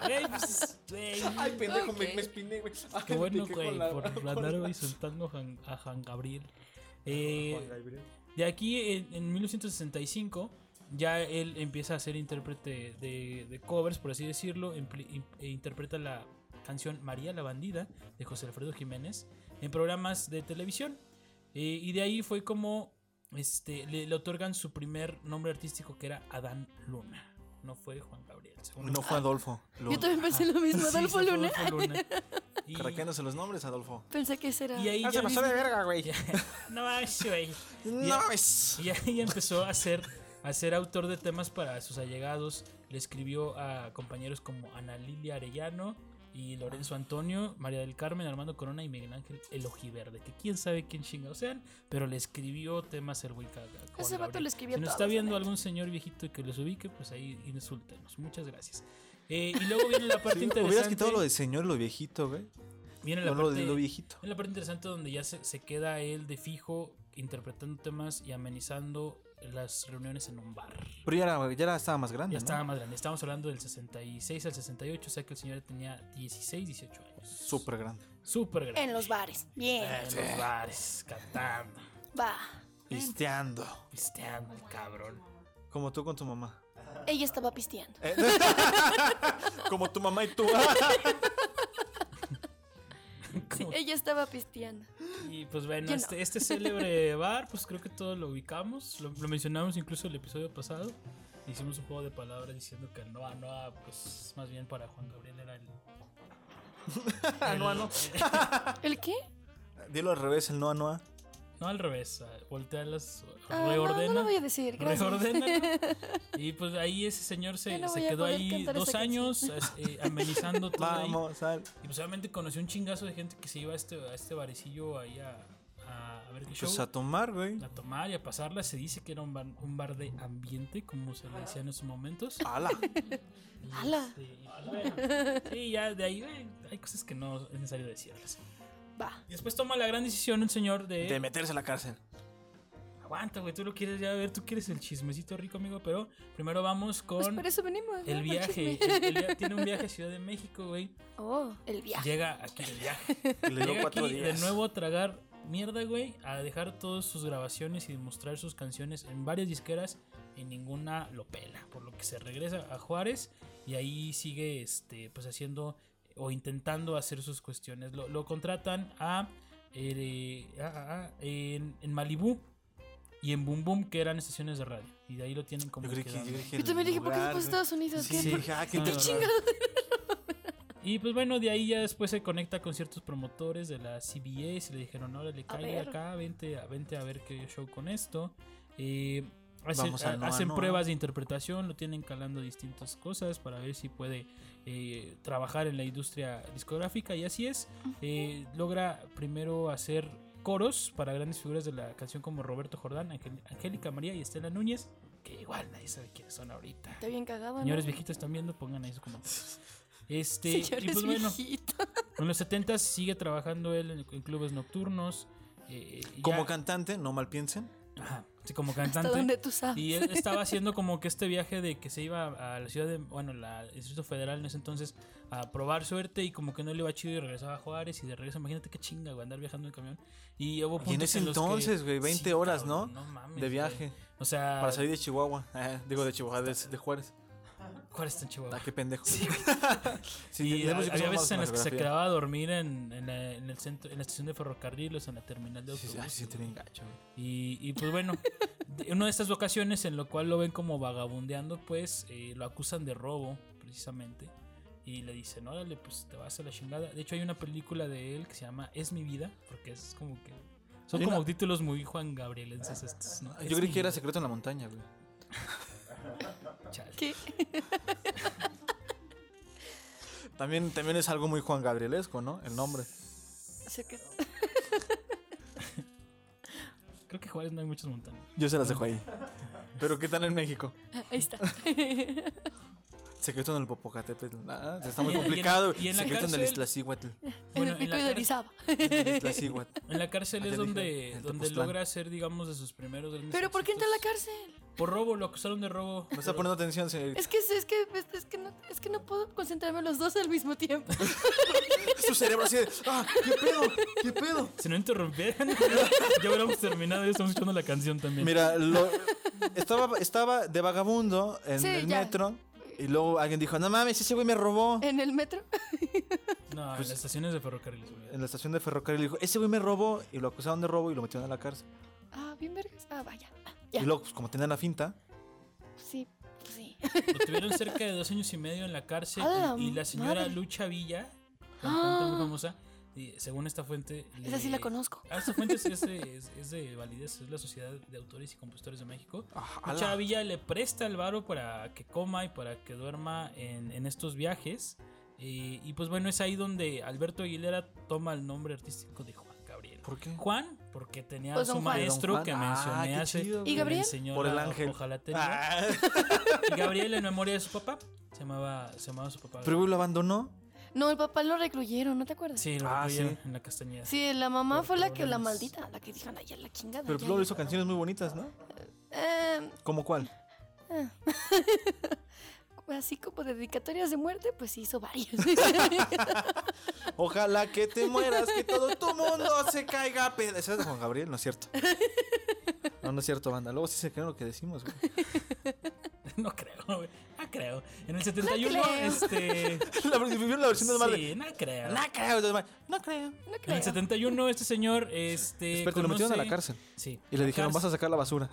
B: Güey, pues, güey.
C: pendejo, me- Ok. me
A: espiné, güey.
B: Qué bueno, güey, por andar insultando a Juan- a Juan Gabriel. Eh, de aquí, en, en 1965, ya él empieza a ser intérprete de, de covers, por así decirlo, empli- in- e interpreta la canción María la Bandida de José Alfredo Jiménez en programas de televisión. Eh, y de ahí fue como este, le, le otorgan su primer nombre artístico que era Adán Luna. No fue Juan Gabriel. según
A: No fue
C: Ah.
A: Adolfo.
C: Yo también pensé lo mismo,
B: Sí,
C: Adolfo
B: fue
C: Luna.
B: Adolfo Luna. Y-
A: Craqueándose los nombres, Adolfo.
C: Pensé que será.
B: y
A: Ah,
B: ahí ya mismo-
A: verga, güey.
B: no manches, güey.
A: No es.
B: Y ahí empezó a ser, a ser autor de temas para sus allegados. Le escribió a compañeros como Ana Lilia Arellano y Lorenzo Antonio, María del Carmen, Armando Corona y Miguel Ángel El Ojiverde, que quién sabe quién chingados sean, pero le escribió temas el güey ca- ca- con
C: Ese vato
B: Gabriel.
C: le escribió
B: Si nos
C: todos,
B: está
C: la
B: viendo
C: neta.
B: algún señor viejito y que los ubique, pues ahí insúltenos. Muchas gracias. Eh, y luego viene la parte interesante.
A: Hubieras quitado lo de señor y lo de viejito, güey.
B: viene la
A: No lo de
B: parte-
A: lo viejito.
B: es la parte interesante donde ya se, se queda él de fijo interpretando temas y amenizando las reuniones en un bar.
A: Pero ya era, ya era- estaba más grande.
B: Ya
A: ¿no?
B: estaba más grande, estamos hablando del 66 al 68, o sea que el señor tenía 16, 18 años.
A: Súper grande.
B: Súper grande.
C: En los bares. Bien.
B: Eh, en los bares, cantando,
C: Va.
A: Pisteando.
B: pisteando el cabrón.
A: Como tú con tu mamá.
C: Ella estaba pisteando.
A: Eh, Como tu mamá y tú.
B: Como-
C: Ella estaba pisteando.
B: Y pues bueno,
C: Yo no.
B: este, este célebre bar, pues creo que todos lo ubicamos, lo, lo mencionamos incluso el episodio pasado. Hicimos un juego de palabras diciendo que el Noa Noa, pues más bien para Juan Gabriel era el... Noa
C: ¿El qué?
A: Dilo al revés, el Noa Noa.
B: No, al revés. a- Voltea las.
C: Ah, no,
B: reordena.
C: no lo voy a decir, gracias.
B: reordénalo. Y pues ahí ese señor se,
C: Ya no
B: se
C: voy a
B: quedó
C: poder
B: ahí
C: cantar
B: dos
C: esa
B: años as- eh, amenizando todo. ahí.
A: Vamos, al.
B: Y pues obviamente conoció un chingazo de gente que se iba a este, a este barecillo ahí a, a- a ver qué show.
A: Pues a tomar, güey.
B: a tomar y a pasarla, se dice que era un bar, un bar de ambiente, como se le decía en esos momentos.
A: Ala.
B: Y,
C: Ala.
B: este, y, bueno, sí, ya de ahí eh, hay cosas que no es necesario decirles.
C: Va.
B: Y después toma la gran decisión el señor
A: De meterse a la cárcel.
B: Aguanta, güey, tú lo quieres ya ver, tú quieres el chismecito rico, amigo, pero primero vamos
C: Pues
B: con
C: por eso venimos. ¿no?
B: el
C: Por
B: viaje.
C: chisme.
B: El- el via- tiene un viaje a Ciudad de México, güey.
C: Oh, el viaje.
B: Llega aquí el viaje.
A: Y le dio
B: Llega
A: cuatro
B: aquí de
A: días.
B: nuevo a tragar mierda, güey, a dejar todas sus grabaciones y demostrar sus canciones en varias disqueras y ninguna lo pela, por lo que se regresa a Juárez y ahí sigue este pues haciendo o intentando hacer sus cuestiones. Lo, lo contratan a, eh, a- a- a- en, en Malibú y en Boom Boom que eran estaciones de radio y de ahí lo tienen como
A: Yo creí
B: que
A: que. Yo,
B: dando.
A: creí que
C: Yo
A: el
C: también dije, ¿por qué se
A: lugar,
C: fue
A: güey.
C: a Estados Unidos? ¿Qué?
A: Sí,
C: ¿Por
A: dije, ah, qué
B: No,
A: inter-
B: no, no. Y pues bueno, de ahí ya después se conecta con ciertos promotores de la CBS y le dijeron, ahora le cae
C: ver.
B: acá, vente a, vente a ver qué show con esto. Eh, hacen
A: Vamos al
B: ha-
A: Noa
B: hacen
A: Noa.
B: pruebas de interpretación, lo tienen calando distintas cosas para ver si puede eh, trabajar en la industria discográfica y así es. Eh, logra primero hacer coros para grandes figuras de la canción como Roberto Jordán, Angel- Angélica María y Estela Núñez, que igual nadie sabe quiénes son ahorita.
C: Está bien cagado,
B: Señores
C: Ah, ¿no?
B: viejitos están viendo, pongan ahí sus comentarios. Este, y
C: Señores
B: pues bueno,
C: viejitos.
B: en los 70 sigue trabajando él en, en clubes nocturnos. eh, ya-
A: Como cantante, no mal piensen.
B: Ajá. sí, como
C: Hasta
B: cantante.
C: donde tú sabes.
B: Y él estaba haciendo como que este viaje de que se iba a la ciudad de, bueno, la- el Distrito Federal en ese entonces a probar suerte y como que no le iba chido y regresaba a Juárez y de regreso, imagínate qué chinga, güey, andar viajando en camión. Y hubo
A: en
B: puntos
A: ese
B: los que-
A: entonces, güey, 20 horas,
B: cabrón,
A: ¿no?
B: No mames.
A: de
B: güey.
A: viaje.
B: O sea,
A: Para salir de Chihuahua. Ah, digo, de Chihuahua, de, de Juárez.
B: Juárez está en Chihuahua.
A: Ah, qué pendejo. Sí,
B: y
A: tenemos que usar más
B: había veces en las que se
A: geografía.
B: quedaba a dormir en, en la, en el centro, en la estación de ferrocarril, o sea, en la terminal de
A: Sí,
B: autobús.
A: sí, ay, sí, tiene gacho, güey.
B: Y, y, pues bueno, de- una de estas ocasiones en lo cual lo ven como vagabundeando, pues eh, lo acusan de robo, precisamente. Y le dicen, órale, pues te vas a la chingada. De hecho, hay una película de él que se llama Es mi vida, porque es como que. Son
A: Hay
B: como
A: una-
B: títulos muy Juan Gabrielenses estos, ¿no? Es
A: Yo creí
B: mi
A: que era
B: vida.
A: secreto en la montaña, güey.
B: Chale.
C: ¿Qué?
A: También, también es algo muy Juan Gabrielesco, ¿no? El nombre.
C: Sé que-
B: Creo que en Juárez no hay muchas montañas.
A: Yo se las dejo ahí. Pero ¿qué tal en México?
C: Ahí está.
A: Secreto en el Popocatépetl. Ah, está muy
B: Y en- y en-
A: complicado.
B: y en la
A: Secreto en el
B: cárcel-
A: Iztaccíhuatl.
C: En
B: Bueno, en
C: el pico
B: la
C: de
B: cara-
C: Orizaba.
A: En el Iztaccíhuatl.
B: En la cárcel
A: Allá
B: es
A: dije,
B: donde,
A: en
B: donde
A: Tepoztlán.
B: logra ser, digamos, de sus primeros. grandes
C: Pero ¿por qué entra a la
B: éxitos.
C: cárcel?
B: Por robo, lo acusaron de robo.
A: No está poniendo atención, señorita.
C: Es que, es que, es que, no, es que no puedo concentrarme los dos al mismo tiempo.
A: Su cerebro así de. ¡Ah! ¿Qué pedo? ¿Qué pedo?
B: Si no interrumpieran, ya hubiéramos terminado. Ya estamos escuchando la canción también.
A: Mira, lo- estaba, estaba de vagabundo en
C: Sí,
A: el
C: ya.
A: metro. Y luego alguien dijo: No mames, ese güey me robó.
C: En el metro.
B: no, en las estaciones de ferrocarriles. güey.
A: pues, En la estación de ferrocarril dijo: Ese güey me robó. Y lo acusaron de robo y lo metieron a la cárcel.
C: Ah, bien vergas. Ah, vaya. Ya.
A: Y luego, pues, como tenían la finta,
C: Sí, pues sí.
B: Lo tuvieron cerca de dos años y medio en la cárcel.
C: ¡A la
B: y, y la señora
C: madre!
B: Lucha Villa, cantante
C: Ah.
B: muy famosa, y según esta fuente. le-
C: Esa sí la conozco.
B: Ah, esta fuente es, es de, es- es de validez, es la Sociedad de Autores y Compositores de México.
A: Ah, ala.
B: Lucha Villa le presta el varo para que coma y para que duerma en, en estos viajes. Y, y pues bueno, es ahí donde Alberto Aguilera toma el nombre artístico de Juan Gabriel.
A: ¿Por qué?
B: Juan, porque tenía
C: Pues
B: a su
C: don Juan.
B: maestro
A: Don Juan.
B: que
A: Ah,
B: mencioné
A: qué
B: hace.
A: chido,
B: que
C: ¿Y Gabriel?
B: me enseñó
A: Por el
B: la
A: ángel.
B: ojalatería.
A: Ah,
B: Y Gabriel, en memoria de su papá, se llamaba, se llamaba su papá.
A: pero güey lo abandonó.
C: No, el papá lo recluyeron, ¿no te acuerdas? Sí,
B: sí, lo
A: Ah,
B: recluyeron
A: sí.
B: en la castañeda.
C: la mamá
B: Por
C: fue la que, la
B: problemas.
C: maldita, la que dijo, ay, ya la chingada.
A: Pero pues,
C: ya,
A: luego
C: ya".
A: hizo canciones muy bonitas, ¿no?
C: Eh,
A: ¿Cómo cuál?
C: así como dedicatorias de muerte, pues sí hizo varias.
A: Ojalá que te mueras, que todo tu mundo se caiga a pedazos. Esa es de Juan Gabriel, no es cierto. No, no es cierto, banda. Luego sí se creen lo que decimos, güey.
B: No creo, güey. No creo. En el 71,
C: creo.
B: este.
A: La, vieron la versión normal de.
B: sí, no creo.
A: No creo, de- no creo.
C: no
B: En
C: creo.
B: el 71, este señor, este.
A: Espérate, lo metieron a la
B: conoce-
A: cárcel.
B: Sí.
A: Y le dijeron, vas a sacar Eh, la basura.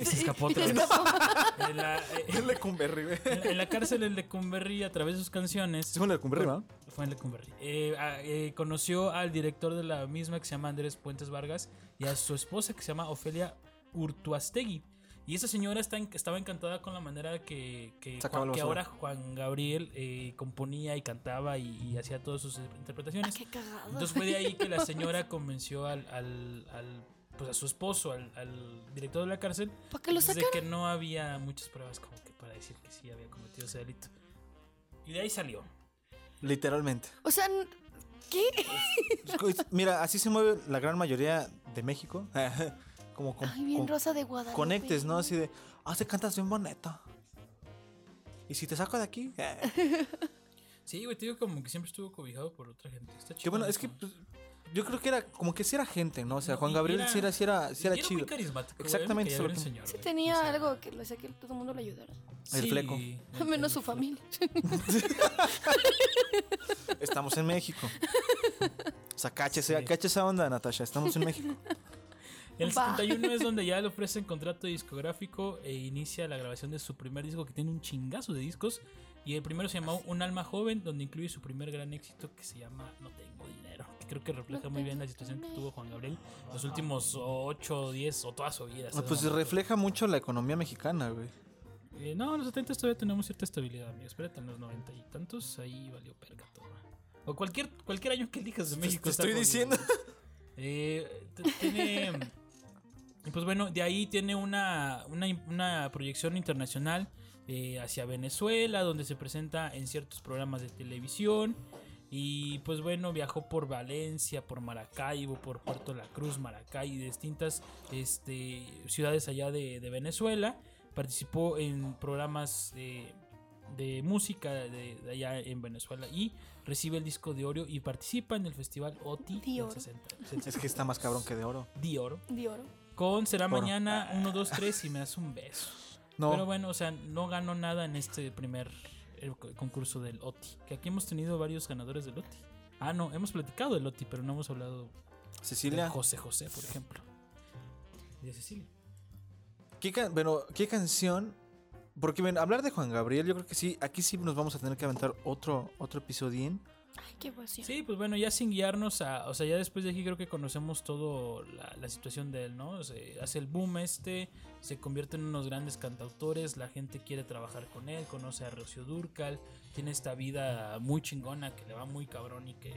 B: Y se escapó
C: Y se
B: otra vez.
C: escapó.
B: En la,
A: Es Lecumberri, güey.
B: en la- en la cárcel, el Lecumberri, a través de sus canciones.
A: Sí, fue en Lecumberri, ¿no?
B: Fue en Lecumberri. Eh, a- eh, conoció al director de la misma que se llama Andrés Puentes Vargas y a su esposa que se llama Ofelia Urtuastegui. Y esa señora está en- estaba encantada con la manera que, que,
A: Sacaba
B: Juan-
A: la
B: que
A: basura.
B: ahora Juan Gabriel eh, componía y cantaba y, y hacía todas sus
C: Ah,
B: interpretaciones.
C: qué cagado.
B: Entonces fue de ahí que la señora convenció al, al- al- pues a su esposo, al, al director de la cárcel,
C: ¿Para qué lo
B: pues, de
C: sacaron?
B: que no había muchas pruebas como que para decir que sí había cometido ese delito. Y de ahí salió.
A: Literalmente.
C: O sea, n- ¿qué?
A: Mira, así se mueve la gran mayoría de México. Como con,
C: Ay, bien
A: con-
C: Rosa de Guadalupe.
A: conectes, ¿no? Así de, ah, te cantas bien bonita. Y si te saco de aquí. eh.
B: Sí, güey, te digo como que siempre estuvo cobijado por otra gente. Está chido.
A: Que bueno, es
B: eso.
A: que pues, yo creo que era como que si era gente, ¿no? O sea,
B: No,
A: Juan
B: y
A: Gabriel
B: era-
A: sí era, sí era, sí era
B: Y
A: chido.
B: muy carismático. güey,
A: Exactamente,
B: era lo que
A: eso es
B: quería ver el señor,
C: Sí
B: güey.
C: tenía
B: O sea,
C: algo que lo hacía que todo el mundo lo ayudara.
A: El fleco.
B: el- el
C: Menos su
B: fleco.
C: familia.
A: Estamos en México. O sea, cáchese, cacha esa onda, Natasha. Estamos en México.
B: En el
C: Va.
B: 71 es donde ya le ofrecen contrato discográfico e inicia la grabación de su primer disco que tiene un chingazo de discos. Y el primero se llamó Un alma joven, donde incluye su primer gran éxito que se llama No tengo dinero. Que creo que refleja muy bien la situación que tuvo Juan Gabriel los últimos 8, 10 o toda su vida. hasta ese
A: Pues
B: momento.
A: refleja mucho la economía mexicana, güey.
B: Eh, no, en los 70 todavía tenemos cierta estabilidad, amigos. Espérate, en los 90 y tantos, ahí valió perga todo. O cualquier, cualquier año que elijas de México.
A: te
B: está
A: estoy
B: jodido.
A: diciendo.
B: Eh, t- tiene. y Pues bueno, de ahí tiene una, una, una proyección internacional eh, hacia Venezuela, donde se presenta en ciertos programas de televisión. Y, Y pues bueno, viajó por Valencia, por Maracaibo, por Puerto La Cruz, Maracay y distintas este, ciudades allá de, de Venezuela. Participó en programas de, de música de, de allá en Venezuela y recibe el disco de oro y participa en el festival OTI
C: De
B: del
C: oro.
B: 60.
A: Es que está más cabrón que de oro.
B: De oro.
C: De oro.
B: Con Será
A: Oro.
B: Mañana 1, 2, 3 y me das un beso.
A: No.
B: Pero bueno, o sea, no ganó nada en este primer eh, co- concurso del OTI. Que aquí hemos tenido varios ganadores del OTI. Ah, no, hemos platicado del OTI, pero no hemos hablado de
A: Cecilia.
B: José José, por ejemplo. Y de Cecilia.
A: ¿Qué, can- bueno, ¿qué canción? Porque ven, hablar de Juan Gabriel, yo creo que sí, aquí sí nos vamos a tener que aventar otro, otro episodio.
C: Ay, qué emoción.
B: Sí, pues bueno, ya sin guiarnos a. O sea, ya después de aquí creo que conocemos todo la, la situación de él, ¿no? Se hace el boom este, se convierte en unos grandes cantautores, la gente quiere trabajar con él, conoce a Rocío Durcal, tiene esta vida muy chingona que le va muy cabrón y que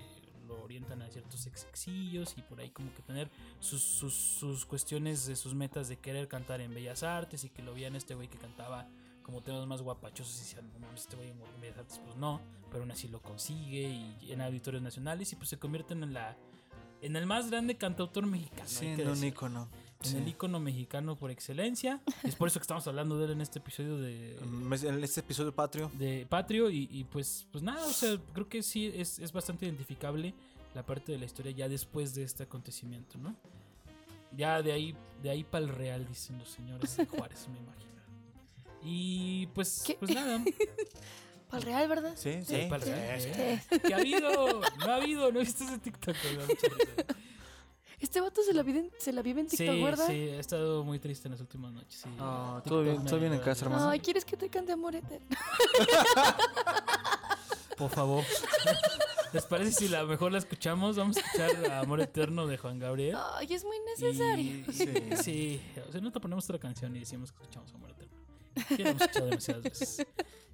B: lo orientan a ciertos sexillos y por ahí como que tener sus, sus, sus cuestiones de sus metas de querer cantar en Bellas Artes y que lo veían este güey que cantaba como temas más guapachosos y decían, no mames, este güey en Bellas Artes pues no, pero aún así lo consigue y en auditorios nacionales y pues se convierten en la en el más grande cantautor mexicano. hay que
A: Siendo un
B: decirlo
A: ícono.
B: en
A: Sí.
B: el icono mexicano por excelencia. Es por eso que estamos hablando de él en este episodio de,
A: Mm, es- En este episodio patrio.
B: de Patrio. Y, y pues, pues nada, o sea, creo que sí es, es bastante identificable la parte de la historia ya después de este acontecimiento, ¿no? Ya de ahí, de ahí para el real, dicen los señores de Juárez, me imagino. Y pues,
C: ¿Qué?
B: pues nada.
C: Para el real, ¿verdad?
A: Sí,
B: Sí,
A: sí.
B: pa'l
C: sí,
B: real, ¿eh? ¿Qué ha habido? No ha habido, no he visto ese TikTok. me da mucha risa.
C: Este vato se la vive en, se la vive en TikTok,
B: Sí,
C: ¿verdad?
B: sí, he estado muy triste en las últimas noches. sí.
A: Ah,
B: TikTok
A: todo bien,
B: me
A: todo bien en
B: ayuda.
A: casa, hermano.
C: Ay, ¿quieres que te cante amor eterno?
A: Por favor.
B: ¿Les parece si la mejor la escuchamos? Vamos a escuchar a Amor Eterno de Juan Gabriel.
C: Ay, es muy
B: ¿Eh? Y-
C: necesario.
B: Sí. O sea, no te ponemos otra canción y decimos que escuchamos Amor Eterno. Ya la hemos escuchado demasiadas veces.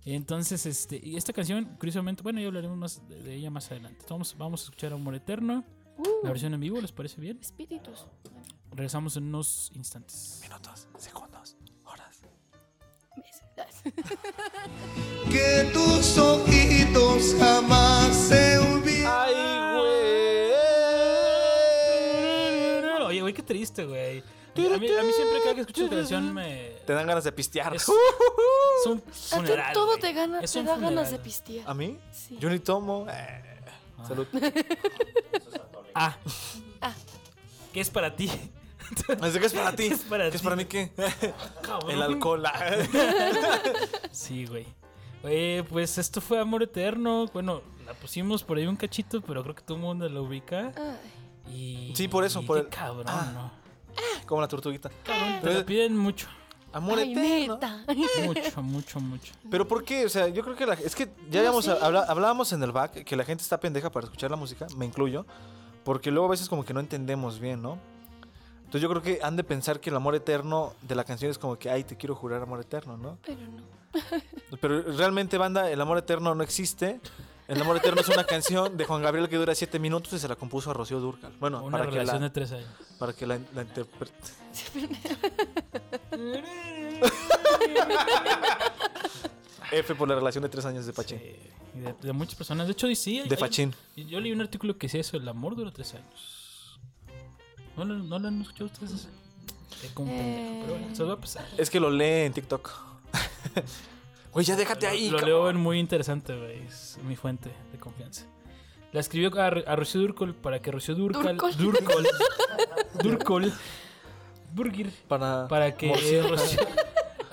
B: Y entonces, este, y esta canción, curiosamente, bueno, ya hablaremos más de, de ella más adelante. Vamos, vamos a escuchar Amor Eterno, la
C: Uh,
B: versión en vivo, ¿les parece bien?
C: espíritus.
B: Regresamos en unos instantes.
A: Minutos, segundos, horas.
C: Besos.
D: que tus ojitos jamás se olvidan.
A: ¡Ay, güey!
B: Oye, güey, qué triste, güey. A mí, a mí siempre cada que escucho esta canción me...
A: Te dan ganas de pistear.
B: Es- Es un
C: A ti
B: funeral,
C: todo
B: güey.
C: te, gana,
B: Es
C: te
B: un
C: da ganas de
B: funeral.
A: ¿A
C: pistear.
A: mí?
C: Sí.
A: Yo ni tomo. Eh, Salud.
B: Ah.
C: Ah.
B: ¿Qué es para ti?
A: Así que es para ti.
B: Es para
A: ¿Qué es
B: ti.
A: para mí qué?
B: Cabrón.
A: El alcohol. ah,
B: Sí, güey. Oye, pues esto fue Amor Eterno. Bueno, la pusimos por ahí un cachito, pero creo que todo el mundo la ubica.
C: Ay,
B: Y,
A: Sí, por eso,
B: y
A: por
B: qué
A: el-
B: cabrón,
A: Ah.
B: ¿no?
A: Como la tortuguita.
B: Cabrón, te
A: Pero-
B: la piden mucho.
A: Amor
C: ay,
A: eterno.
C: neta.
B: Mucho, mucho, mucho.
A: Pero ¿por qué? O sea, yo creo que la, es que ya
C: No
A: habíamos-
C: sé.
A: habla- hablábamos en el back que la gente está pendeja para escuchar la música, me incluyo, porque luego a veces como que no entendemos bien, ¿no? Entonces yo creo que han de pensar que el amor eterno de la canción es como que, ay, te quiero jurar amor eterno, ¿no?
C: Pero no.
A: Pero realmente, banda, el amor eterno no existe. El amor eterno es una canción de Juan Gabriel que dura siete minutos y se la compuso a Rocío Durcal. Bueno,
B: Una
A: para que,
B: relación de
A: la,
B: tres años.
A: para que la, la interprete. F por la relación de tres años de Pachín.
B: Eh, y de, de muchas personas. De hecho, y sí. hay-
A: De
B: hay-
A: Pachín.
B: Yo leí un artículo que decía eso, el amor dura tres años. ¿No lo, no lo han escuchado ustedes? Es como un pendejo, pero bueno, se los va a pasar.
A: Es que lo lee en TikTok. Güey, ya déjate ahí.
B: Lo, lo
A: cabrón.
B: leo en muy interesante, güey. Es mi fuente de confianza. La escribió a, a Rocío Durcol para que Rocío Durcal.
C: Durcol.
B: Durcol. Durcol. Burgir.
A: Para,
B: Para que
A: Morsi.
B: eh, Rocío,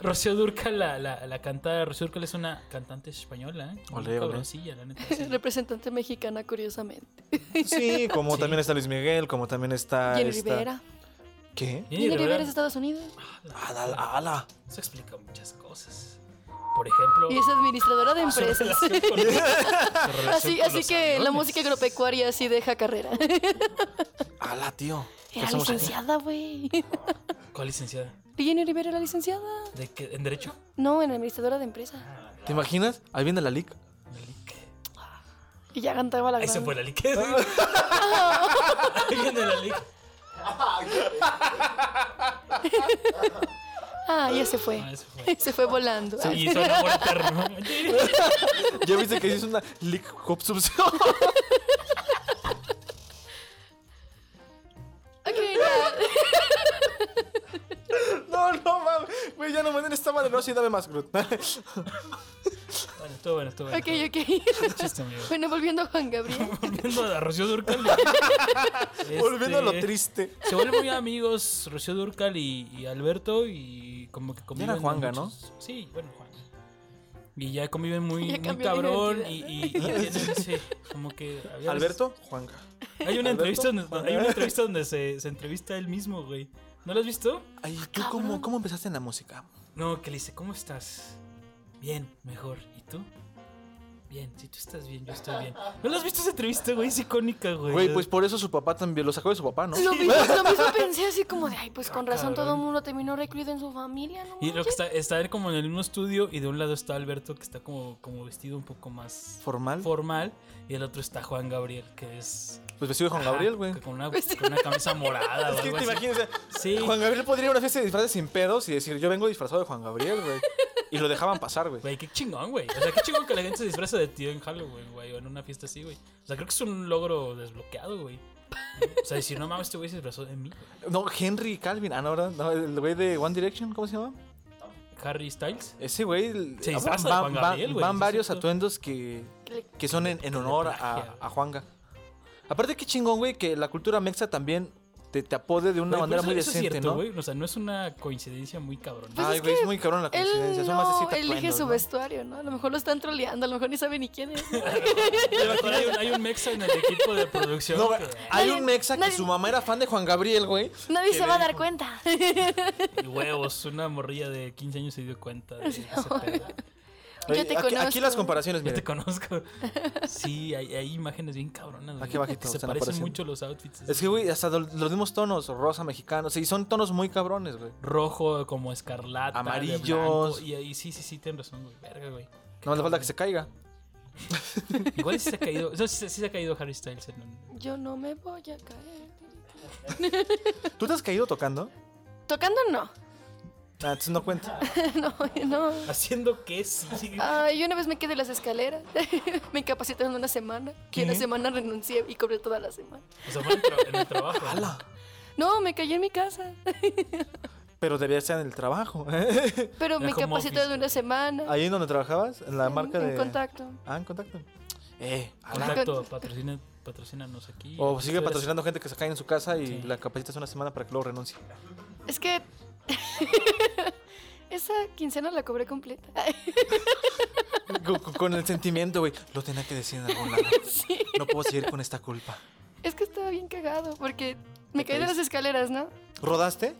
B: Rocío Durcal la, la, la cantara. Rocío Durcal es una cantante española, ¿eh?
A: Ole, ole.
B: Muy cabroncilla, la neta. sí.
C: Representante mexicana, curiosamente.
A: Sí, como
B: Sí.
A: también está Luis Miguel, como también está.
C: Jenny
A: esta-
C: Rivera.
A: ¿Qué?
B: Jenny
C: Jenny Rivera
B: Rivera.
C: es de Estados Unidos.
A: Ala, ala, ala.
B: Eso explica muchas cosas. Por ejemplo,
C: Y es administradora de
B: su
C: empresas.
B: relación con- su relación
C: Así,
B: con
C: así
B: los
C: que la
B: aviones.
C: música agropecuaria sí deja carrera.
A: Ala, tío. ¿Qué
C: Era
A: hacemos aquí?
C: licenciada, güey.
B: ¿Cuál licenciada?
C: Jenny Rivera era licenciada.
B: ¿De qué- ¿En derecho?
C: No, en administradora de empresa.
A: ¿Te imaginas? Ahí viene la LIC.
B: La LIC.
C: Y ya cantaba la
B: Ahí se
C: gran-
B: fue la LIC.
A: Ah.
B: Ahí viene la LIC.
C: Ah, ya se fue.
B: Ah, se fue.
C: Se fue volando. Ah,
B: Y sonó por eterno.
A: Ya viste que es una lick hop subsión.
C: Ah, ok, ya.
A: No, no, mames. Güey, ya no manden esta madre. No, sí, dame más, Groot.
B: Bueno, estuvo bueno, estuvo bueno.
C: Ok, ok.
B: Qué chiste, amigo.
C: Bueno, volviendo a Juan Gabriel.
B: Volviendo a Rocío Durcal. Este,
A: Volviendo a lo triste.
B: Se vuelven muy amigos Rocío Durcal y, y Alberto y como que conviven.
A: era Juanga,
B: muchos- Sí, bueno, Juan. Y ya conviven muy,
C: Ya
B: muy
C: cambió de
B: cabrón
C: identidad.
B: y, y- y ya tienen, sí, como que... a veces-
A: Alberto, Juanga.
B: Hay una,
A: Alberto,
B: entrevista donde,
A: Juanga.
B: hay una entrevista donde se, se entrevista él mismo, güey. ¿No lo has visto?
A: Ay,
C: Ah,
A: ¿tú cómo, cómo empezaste en la música?
B: No, que le dice, ¿cómo estás? Bien, mejor. ¿Y tú? Bien, si tú estás bien, yo estoy bien. ¿No lo has visto esa entrevista, güey? Es icónica, güey.
A: Güey, pues por eso su papá también lo sacó de su papá, ¿no?
C: Lo mismo, lo mismo pensé así como de, ay, pues con razón todo el
B: Cabrón.
C: mundo terminó recluido en su familia, ¿no?
B: Y lo que
C: manches?
B: está, está él como en el mismo estudio y de un lado está Alberto que está como, como vestido un poco más
A: Formal.
B: formal y el otro está Juan Gabriel que es...
A: Pues vestido de Juan
B: Ajá,
A: Gabriel, güey.
B: Con una, con una camisa morada. o
A: Es que
B: algo
A: te
B: así.
A: imaginas, o sea,
B: Sí.
A: Juan Gabriel podría ir a una fiesta de disfraces sin pedos y decir, yo vengo disfrazado de Juan Gabriel, güey. Y lo dejaban pasar, güey.
B: Güey, qué chingón, güey. O sea, qué chingón que la gente se disfraza de tío en Halloween, güey, o en una fiesta así, güey. O sea, creo que es un logro desbloqueado, güey. O sea, decir, no mames, este güey se disfrazó de mí. güey.
A: No, Henry Calvin. Ah, no, ¿verdad? No, el güey de One Direction, ¿cómo se llama?
B: Harry Styles.
A: Ese güey. el-
B: Se
A: ah,
B: disfraza de
A: van-
B: Juan
A: van-
B: Gabriel, güey,
A: Van
B: sí,
A: varios
B: cierto.
A: atuendos que, que son en, en honor a,
B: magia.
A: a Juanga. Aparte, qué chingón, güey, que la cultura mexa también te, te apode de una
B: Güey,
A: manera
B: pero
A: muy
B: eso- eso
A: decente,
B: es cierto,
A: ¿no?
B: güey. O sea, no es una coincidencia muy cabrón.
C: Pues
A: Ay,
C: es
A: güey,
C: que
A: es muy cabrón la coincidencia.
C: Él
A: Son más de
C: no
A: siete
C: elige
A: atuendos,
C: su
A: ¿no?
C: vestuario, ¿no? A lo mejor lo están troleando, a lo mejor ni sabe ni quién es.
B: hay, un, hay un mexa en el equipo de producción.
A: No,
B: que-
A: hay
C: Nadie-
A: un mexa que
C: nadie-
A: su mamá era fan de Juan Gabriel, güey.
C: Nadie se va a dar cuenta.
B: Y huevos, una morrilla de 15 años se dio cuenta de ese pedo.
C: Yo te
A: Aquí- aquí,
C: conozco.
A: las comparaciones,
B: Yo
A: miren.
B: te conozco. Sí, hay, hay imágenes bien cabronas. güey,
A: Aquí abajito
B: que se
A: están
B: parecen
A: apareciendo.
B: mucho los outfits.
A: Es que, güey, hasta lo- los mismos tonos, rosa, mexicano. Sí, son tonos muy cabrones, güey.
B: rojo como escarlata, de
A: Amarillos.
B: blanco, Y ahí sí, sí, sí, tienes razón, güey. Verga, güey.
A: No más le falta que se caiga.
B: Igual sí se ha caído. o sea, sí, se- sí se ha caído Harry Styles en un-
C: Yo no me voy a caer.
A: ¿Tú te has caído tocando?
C: Tocando no.
A: Ah, entonces no cuenta.
C: No, no.
B: Haciendo que sí.
C: Ay, yo una vez me quedé en las escaleras. me incapacitaron una semana. Y en la
A: ¿Qué?
C: semana renuncié y cobré toda la semana.
B: O sea, fue en, el tra- en el trabajo.
A: ¡Hala!
C: No, me caí en mi casa.
A: Pero debía ser en el trabajo.
C: Pero
B: Era
C: me
B: home
C: incapacitaron
B: office.
C: una semana.
A: Ahí en donde trabajabas, en la marca
C: en,
A: de.
C: en contacto.
A: Ah, en contacto. Eh, ala.
B: Contacto, patrocina, patrocínanos aquí.
A: O sigue
B: Ustedes-
A: patrocinando gente que se cae en su casa y
B: Sí.
A: la capacitas una semana para que luego renuncie.
C: Es que. Esa quincena la cobré completa.
A: Con, con- con el sentimiento, güey. Lo tenía que decir en algún lado.
C: Sí.
A: No puedo seguir con esta culpa.
C: Es que estaba bien cagado porque me
A: ¿Te
C: caí de las
A: caíste?
C: escaleras, ¿no?
A: ¿Rodaste?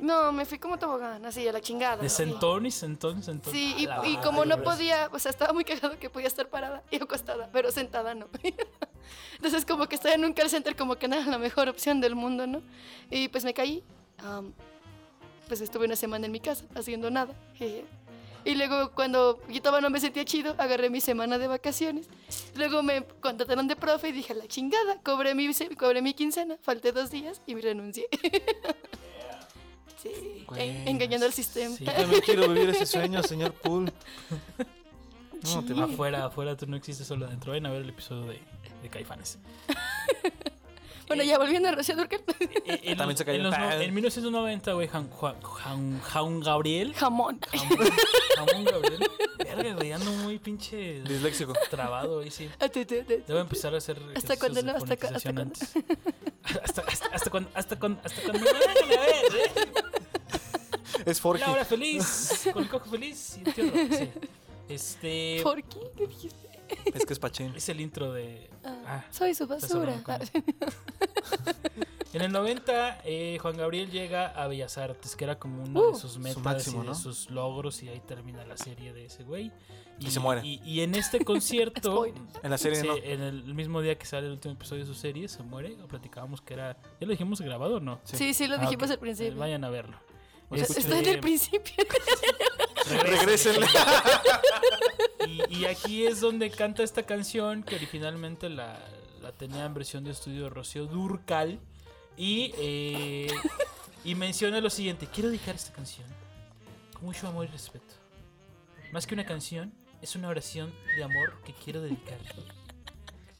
C: No, me fui como tobogán, así a la chingada.
B: De
C: así.
B: sentón y sentón, sentón.
C: Sí,
B: A Pues, la
C: y, y
B: madre,
C: como no
B: güey.
C: podía, o sea, estaba muy cagado que podía estar parada y acostada, pero sentada no. Entonces como que estar en un call center como que no era la mejor opción del mundo, ¿no? Y pues me caí. am, pues estuve una semana en mi casa haciendo nada. jeje. Y luego cuando yo todavía no me sentía chido, agarré mi semana de vacaciones. Luego me contrataron de profe y dije, la chingada, cobré mi, se- cobré mi quincena, falté dos días y me renuncié. sí, en-
A: Güey,
C: engañando al sistema.
B: Pues, sí.
A: Yo también quiero vivir ese sueño, señor Pool. No, te va.
B: Afuera, afuera, tú no existes solo adentro. Ven a ver el episodio de, de Caifanes.
C: Bueno, ya volviendo a Rocío Durcal.
B: Eh, en
A: También
B: los-
A: se cayó
B: en,
A: el
B: los no-
A: pan.
B: en 1990, güey, Juan, Juan- Juan- Juan Gabriel.
C: Jamón.
B: Jamón, jamón Gabriel. Verga, güey, ando muy pinche
A: Disléxico.
B: trabado ahí, sí.
C: Ah, tu, tu, tu.
B: Debo empezar a hacer. ejercicios
C: cuándo
B: de
C: no? ¿Hasta cu- hasta
B: fonetización
C: cuándo?
B: antes. Hasta, hasta, hasta cuándo- hasta cuándo- hasta cuándo- Déjame ver, ¿eh?
A: Es Forky.
B: La hora feliz, con el cojo feliz y el tío Ro- sí. Este.
C: ¿Por qué? ¿Qué dijiste?
A: Es que es Pachín.
B: Es el intro de. Ah,
C: Soy su
B: está sonando
C: basura.
B: con- En el 90, eh, Juan Gabriel llega a Bellas Artes, que era como uno
C: Uh,
B: de sus metas
A: máximo,
B: y de
A: ¿no?
B: sus logros, y ahí termina la serie de ese güey.
A: Y se muere.
B: Y, y en este concierto,
C: Spoiler.
A: En la serie
B: sí,
A: no.
B: en el mismo día que sale el último episodio de su serie, se muere. Lo platicábamos que era. ¿Ya lo dijimos grabado o no?
C: Sí, sí, lo
B: Ah,
C: dijimos
B: ok.
C: al
B: Eh,
C: principio.
B: Vayan a verlo.
A: O sea,
C: Está
B: Este,
C: está en el principio.
A: Regrésenle.
B: Y, y aquí es donde canta esta canción que originalmente la, la tenía en versión de estudio de Rocío Durcal. Y, eh, y menciona lo siguiente: Quiero dedicar esta canción con mucho amor y respeto. Más que una canción, es una oración de amor que quiero dedicarle.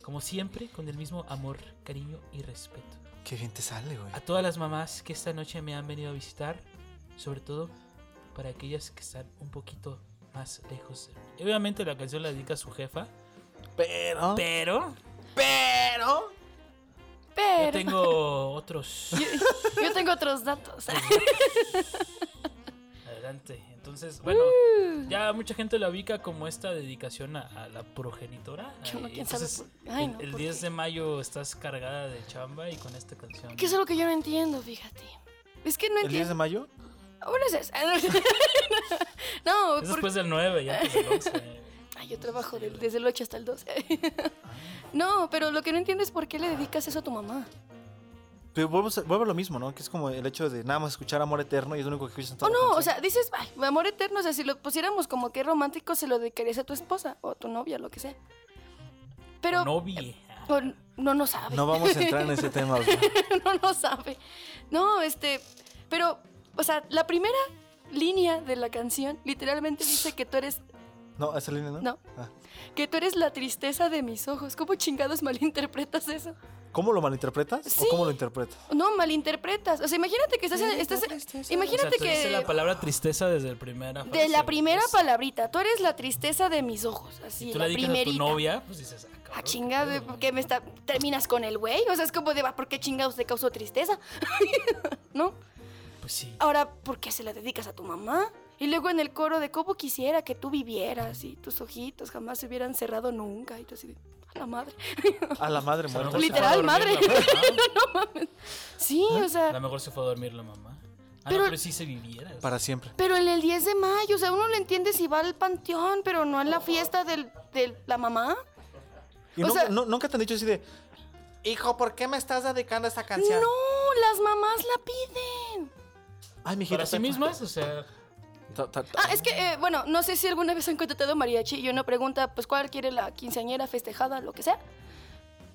B: Como siempre, con el mismo amor, cariño y respeto.
A: Qué bien te sale, güey.
B: A todas las mamás que esta noche me han venido a visitar, sobre todo para aquellas que están un poquito más lejos. de mí. Obviamente la canción la dedica a su jefa,
A: Pero.
B: pero
A: Pero.
B: yo
C: Pero
B: tengo otros.
C: yo tengo otros datos.
B: Adelante. Entonces, bueno,
C: Uh.
B: ya mucha gente la ubica como esta dedicación a, a la progenitora.
C: Yo no,
B: Eh,
C: quién sabe
B: entonces,
C: por- Ay,
B: el-
C: no,
B: el,
C: ¿por
B: 10
C: qué?
B: de mayo estás cargada de chamba y con esta canción.
C: Que eso es lo que yo no entiendo, fíjate. Es que no
A: ¿El 10 de
C: entiendo.
A: mayo?
C: Ahora es esa. No,
B: Es pues
C: porque-
B: después del 9, ya antes del 11.
C: Ay, yo trabajo del- desde el 8 hasta el 12. No, pero lo que no entiendo es por qué le dedicas eso a tu mamá.
A: Pero vuelvo, a- vuelvo a lo mismo, ¿no? Que es como el hecho de nada más escuchar amor eterno y es lo único que escuchas en
C: O
A: toda la
C: Oh, no, o
A: canción.
C: sea, dices, ay, mi amor eterno, o sea, si lo pusiéramos como que romántico, se lo dedicarías a tu esposa o a tu novia, lo que sea. Pero
B: Novie. Ah.
C: o no, no sabe.
A: No vamos a entrar en ese tema, o sea.
C: no lo sabe. No, este, pero, o sea, la primera línea de la canción literalmente dice que tú eres,
A: No, esa línea no.
C: No.
A: Ah.
C: que tú eres la tristeza de mis ojos. ¿Cómo chingados malinterpretas eso?
A: ¿Cómo lo malinterpretas?
C: Sí.
A: ¿O cómo lo interpretas?
C: No, malinterpretas. O sea, imagínate que estás en, estás en-
B: O sea,
C: imagínate
B: te dice la
C: que
B: palabra tristeza desde el primera
C: de la primera
B: palabra.
C: palabrita, tú eres la tristeza de mis ojos, así
B: Si tú
C: la
B: la dedicas a tu
C: primerita.
B: novia, pues dices, ah, cabrón,
C: Ah,
B: qué
C: chingado,
B: pedo,
C: ¿por
B: güey.
C: qué me está... terminas con el güey? O sea, es como de, "Ah, ¿por qué chingados te causó tristeza? ¿No?
B: Pues sí.
C: Ahora, ¿por qué se la dedicas a tu mamá? Y luego en el coro de cómo quisiera que tú vivieras y tus ojitos jamás se hubieran cerrado nunca. Y tú así de, a la madre.
A: A la madre
B: O sea, a lo
A: muerta.
B: mejor se fue a
C: Literal,
B: dormir
C: madre.
B: la mamá.
C: Sí, o
B: A lo
C: sea,
B: mejor se fue a dormir ¿Ah? la mamá. Ah,
C: Pero-
B: no, pero si se viviera.
A: Para siempre.
C: pero en el 10 de mayo, o sea, uno lo entiende si va al panteón, pero no en la fiesta del- de la mamá.
A: Y
C: O
A: nunca,
C: sea-
A: no- nunca te han dicho así de. Hijo, ¿por qué me estás dedicando esta canción?
C: No, las mamás la piden.
A: Ay, mijito.
B: Para sí
A: ten-
B: mismas, o sea,
A: ta- ta- ta-
C: Ah, es que, eh, bueno, no sé si alguna vez han contratado mariachi y uno pregunta, pues, ¿cuál quiere la quinceañera festejada, lo que sea?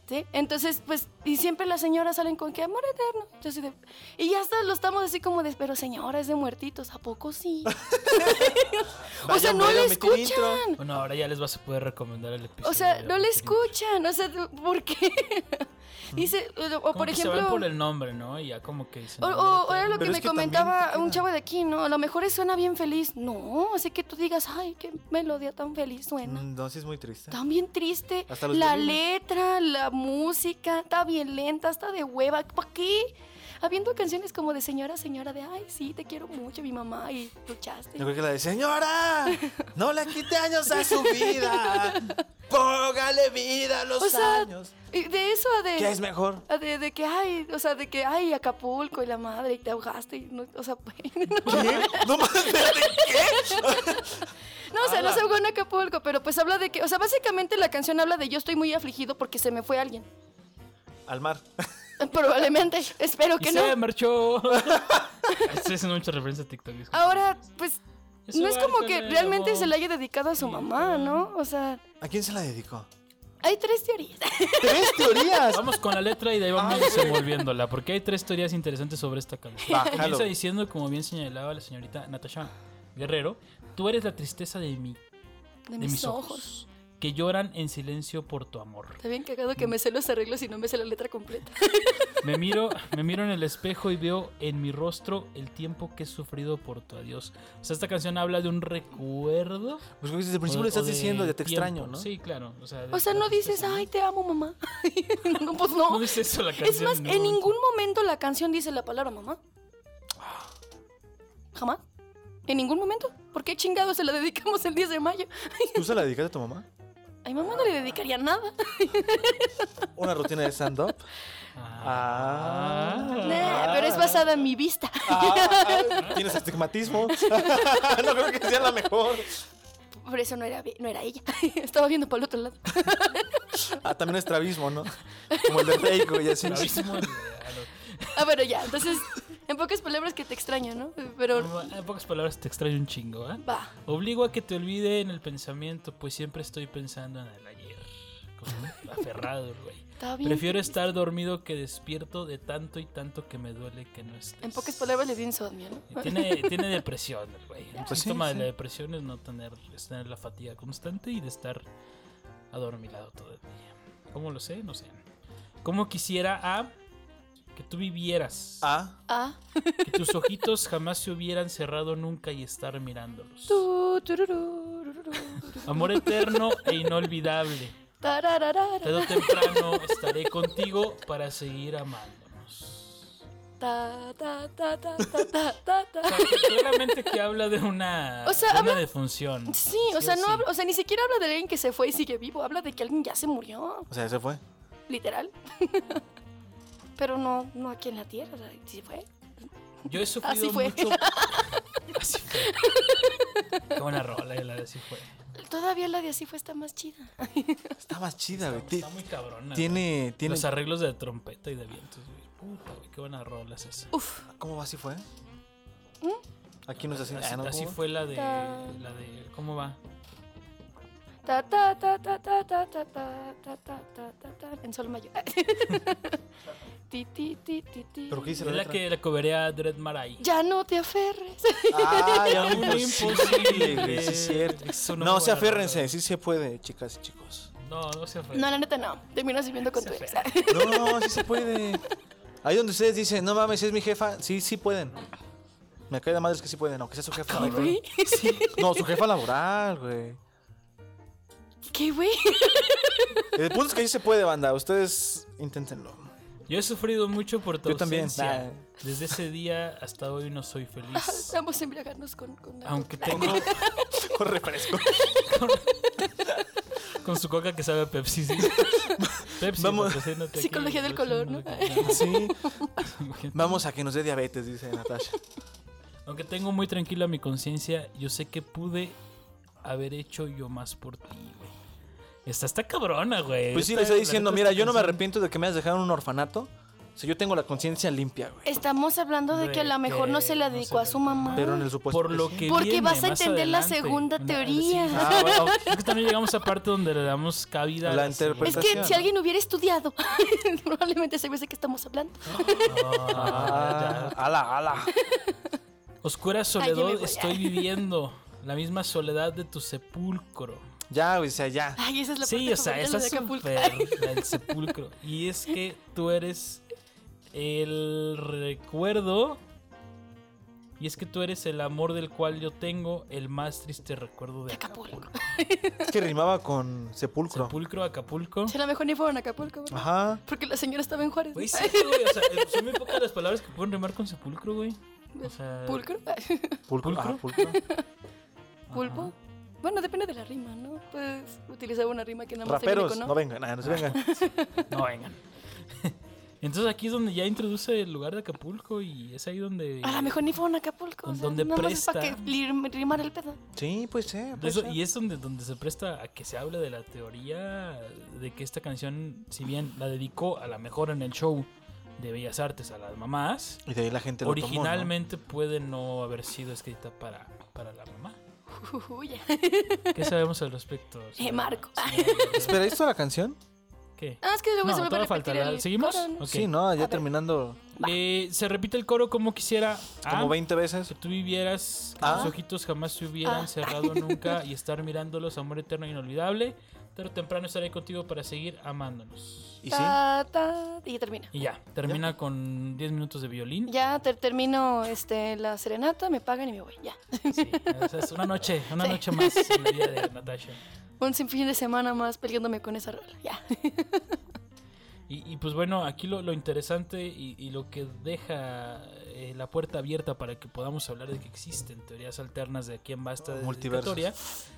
C: ¿Sí? Entonces, pues, y siempre las señoras salen con que amor eterno. Yo así de- y ya hasta lo estamos así como de, pero señora, es de muertitos, ¿a poco sí? o sea,
A: Vayan,
C: no le
A: vayan, metí
C: escuchan.
A: intro.
B: bueno, ahora ya les vas a poder recomendar el episodio.
C: O sea, no le
B: de-
C: escuchan. O sea, ¿por qué? Dice, o, o
B: Como
C: por
B: que Se van
C: ejemplo...
B: por el nombre, ¿no? Y ya como que dicen.
C: O,
B: "No,
C: o-
B: ahorita
C: era lo
A: Pero
C: que
A: es
C: me
A: que también
C: comentaba
A: te
C: un
A: queda-
C: chavo de aquí, ¿no? A lo mejor suena bien feliz. No, así que tú digas, ay, qué melodía tan feliz suena.
A: Mm, No, sí es muy triste.
C: Está bien triste.
A: Hasta los
C: la
A: violines.
C: letra, la música, está bien lenta, está de hueva. ¿Para qué? Habiendo canciones como de señora, señora, de ay, sí, te quiero mucho, mi mamá, y luchaste.
A: Yo creo que la de señora, no le quite años a su vida. Póngale vida a los
C: O sea, eh.
A: años.
C: Y de eso a de.
A: ¿Qué es mejor?
C: a de, de que, ay, o sea, de que, ay, Acapulco y la madre, y te ahogaste, y no, o sea,
A: ¿Qué? No mames, espérate, ¿qué?
C: No, o sea, no
A: Ala.
C: se ahogó en Acapulco, pero pues habla de que, o sea, básicamente la canción habla de yo estoy muy afligido porque se me fue alguien.
A: Al mar.
C: Probablemente, espero
B: Y
C: que
B: se
C: no.
B: marchó. Estoy haciendo mucha referencia a TikTok. disculpa.
C: Ahora, pues,
B: Eso
C: no es como
B: ahorita
C: que
B: le
C: realmente
B: hago.
C: se le haya dedicado a su mamá, ¿no? O sea,
A: ¿A quién se la dedicó?
C: hay tres teorías.
A: Tres teorías.
B: Vamos con la letra y de ahí
A: Ah,
B: vamos desenvolviéndola, porque hay tres teorías interesantes sobre esta canción.
A: Va, jalo.
B: Comienza diciendo, como bien señalaba la señorita Natasha Guerrero, tú eres la tristeza de mi
C: De mis, ojos.
B: que lloran en silencio por tu amor.
C: Está bien cagado que me sé los arreglos y no me sé la letra completa.
B: Me miro, me miro en el espejo y veo en mi rostro el tiempo que he sufrido por tu adiós. O sea, esta canción habla de un recuerdo.
A: Pues como que desde el principio
B: o-
A: le
B: o
A: estás diciendo de te
B: tiempo.
A: extraño, ¿no?
B: Sí, claro. O sea, de-
C: O sea, no
B: de-
C: dices, ay, te amo, mamá. no, pues
B: No
C: no.
B: dice eso la canción.
C: Es más,
B: no.
C: en ningún momento la canción dice la palabra mamá. Jamás. En ningún momento. ¿Por qué chingados se la dedicamos el 10 de mayo?
A: ¿Tú se la dedicaste a tu mamá?
C: A mi mamá no le dedicaría nada.
A: Una rutina de stand-up. Ah.
C: Nah, pero es basada en mi vista.
A: Ah, Tienes estigmatismo. no creo que sea la mejor.
C: Por eso no era, vi- no era ella. Estaba viendo para el otro lado.
A: Ah, también es travismo, ¿no? Como el de Rey, güey, así.
B: Bravísimo.
C: Ah, bueno, ya. Entonces, en pocas palabras que te extraño, ¿no? Pero
B: En pocas palabras, te extraño un chingo, ¿eh?
C: va.
B: Obligo a que te olvide en el pensamiento, pues siempre estoy pensando en el ayer. Como aferrado, el güey.
C: Estaba bien.
B: Prefiero estar dormido que despierto de tanto y tanto que me duele que no estés.
C: En pocas palabras le dio insomnio, ¿no?
B: Y Tiene, tiene depresión el güey. El
A: Pues sí,
B: síntoma
A: sí.
B: de la depresión es no tener, es tener la fatiga constante y de estar adormilado todo el día. ¿Cómo lo sé? No sé. ¿Cómo quisiera a que tú vivieras?
A: Ah,
C: Ah.
B: Que tus ojitos jamás se hubieran cerrado nunca y estar mirándolos.
C: Tu, tururú, tururú, tururú.
B: Amor eterno e inolvidable. Tarde
C: Tarararara,
B: o temprano estaré contigo para seguir amándonos.
C: ta, ta, ta, ta, ta, ta, ta,
B: O
C: ta.
B: sea, que claramente que habla de una,
C: O sea,
B: de una defunción.
C: Sí, o sea, no habla- o sea, ni siquiera habla de alguien que se fue y sigue vivo, habla de que alguien ya se murió,
A: o sea, se fue.
C: literal. Pero no, no aquí en la tierra, o sea, sí fue.
B: Yo he sufrido
C: Así fue.
B: mucho. Así fue. Qué buena rola, eh, la de así fue.
C: Todavía la de así fue está más chida.
A: Está más chida, güey. Ti-
B: Está muy cabrona. güey.
A: Tiene, tiene.
B: Los arreglos de trompeta y de vientos, güey. Puta, güey, qué buena rola es esa.
C: Uf,
A: ¿Cómo va? ¿Así fue? Aquí no es así.
B: Así,
A: Ah, no,
B: así
A: ¿cómo va?
B: fue la de,
C: Ta.
B: la de. ¿Cómo va?
C: ta, ta, ta, ta, ta, ta, ta, ta, ta, ta, ta, ta, ta, en sol mayor. Ti, ti, ti, ti, ti.
A: ¿Pero qué dice
B: Es
A: la
B: la
A: letra?
B: que la coberé a Dread Marai.
C: Ya no te aferres.
A: Ah, ya
B: Aún
A: no imposible, güey. Sí, es cierto.
B: Es una
A: No,
B: muy
A: se
B: buena
A: aférrense,
B: rola.
A: sí se puede, chicas y chicos.
B: No, no se aférrense.
C: No, la neta no. Terminas viviendo con tu ex.
A: No, no, sí se puede. Ahí donde ustedes dicen, no mames, es mi jefa, sí, sí pueden. Me cae de madres que sí pueden, aunque sea su jefa.
C: güey.
A: No, su jefa laboral, güey.
C: ¿Qué, güey?
A: El punto es que sí se puede, banda. Ustedes inténtenlo.
B: Yo he sufrido mucho por tu
A: Yo también, Ah.
B: ausencia.
A: nah.
B: Desde ese día hasta hoy no soy feliz.
C: Vamos a embriagarnos con, con la-
B: Aunque tengo
A: Con refresco.
B: con su coca que sabe a Pepsi. sí. Pepsi,
A: Vamos.
B: patrocínate aquí,
C: Psicología del color, ¿no?
B: patrocínate
A: Sí.
B: aquí.
A: Vamos a que nos dé diabetes, dice Natasha.
B: Aunque tengo muy tranquila mi conciencia, yo sé que pude haber hecho yo más por ti, güey. Esta está cabrona, güey.
A: Pues sí,
B: Esta-
A: le está
B: la
A: diciendo,
B: neta,
A: mira,
B: esta
A: yo no me
B: canción-
A: arrepiento de que me hayas dejado en un orfanato. O sea, yo tengo la conciencia limpia, güey.
C: Estamos hablando de que a lo
B: De
C: mejor no se la
B: que no
C: dedicó
B: se
C: a su
B: la-
C: mamá.
A: Pero en el supuesto.
B: Por
A: que
B: lo
A: sí.
B: que
C: Porque
B: viene
C: vas a
B: más
C: entender la
B: adelante.
C: segunda
B: No,
C: teoría.
B: sí.
A: Ah, bueno,
B: Es que también llegamos a parte donde le damos cabida a
A: La
B: las-
C: Es
A: interpretación.
C: que si alguien hubiera estudiado, probablemente se hubiese que estamos hablando.
B: Ah,
A: Ah,
B: ya.
A: ala, ala.
B: Oscura
C: Ay, ya me
B: soledad
C: voy.
B: estoy viviendo. La misma soledad de tu sepulcro.
A: Ya, güey, o sea, ya.
C: Ay, esa es la
B: Sí,
C: parte
B: o sea,
C: favorita
B: esa
C: de
B: es
C: Acapulco.
B: súper la del sepulcro. Y es que tú eres el recuerdo. Y es que tú eres el amor del cual yo tengo el más triste recuerdo de
C: De Acapulco.
A: Es que rimaba con sepulcro.
B: Sepulcro, Acapulco.
C: Si a lo mejor ni fueron a Acapulco, ¿verdad?
A: Ajá.
C: Porque la señora estaba en Juárez.
B: Ah. Güey,
C: ¿no?
B: sí, güey, o sea, eh, son muy pocas las palabras que pueden rimar con sepulcro, güey. O sea,
C: ¿Pulcro?
A: Pulcro.
B: ¿Pulcro?
A: ajá, pulcro.
B: ajá.
C: ¿Pulpo? Bueno, depende de la rima, ¿no? Pues utilizaba una rima que nada más
A: Raperos,
C: se viene
A: no
C: con,
A: vengan, nah, no se vengan.
B: Ah. No vengan. Entonces aquí es donde ya introduce el lugar de Acapulco y es ahí donde...
C: A lo mejor ni fueron a Acapulco. O sea,
B: Donde
C: nada más es para que
B: presta.
C: lim- rimar el pedo.
A: Sí, pues sí.
B: Eso- y es donde, donde se presta a que se hable de la teoría de que esta canción, si bien la dedicó a la mejor en el show de Bellas Artes a las mamás,
A: Y de ahí la gente lo tomó, ¿no?
B: originalmente puede no haber sido escrita para, para la mamá.
C: Uy, ya.
B: ¿Qué sabemos al respecto? señora-
C: Eh, Marco.
B: señora-
A: ¿Espera, ¿esto la canción?
B: ¿Qué?
C: Ah, es que luego
B: No,
C: se vuelve a
B: todavía
C: repetir
B: falta.
C: el
B: ¿Seguimos?
C: coro, ¿no?
B: Ok.
A: Sí, no, ya
C: ver.
A: terminando
B: Eh, se repite el coro como quisiera.
A: como
B: Ah,
A: 20 veces.
B: Si tú vivieras, que
A: Ah.
B: tus ojitos jamás se hubieran
C: Ah.
B: cerrado nunca y estar mirándolos, amor eterno e inolvidable, tarde o temprano estaré contigo para seguir amándonos.
A: Y sí.
C: Ta, ta, y ya termina.
B: Y ya, termina con 10 minutos de violín.
C: Ya te- termino este, la serenata, me pagan y me voy. Ya.
B: Sí, o sea, es una noche, una
C: Sí.
B: noche más en la vida de Natasha.
C: Un sin fin de semana más peleándome con esa rola. Ya.
B: Y, y pues bueno, aquí lo, lo interesante y, y lo que deja eh, la puerta abierta para que podamos hablar de que existen teorías alternas de quién basta de
A: Multiversos.
B: teoría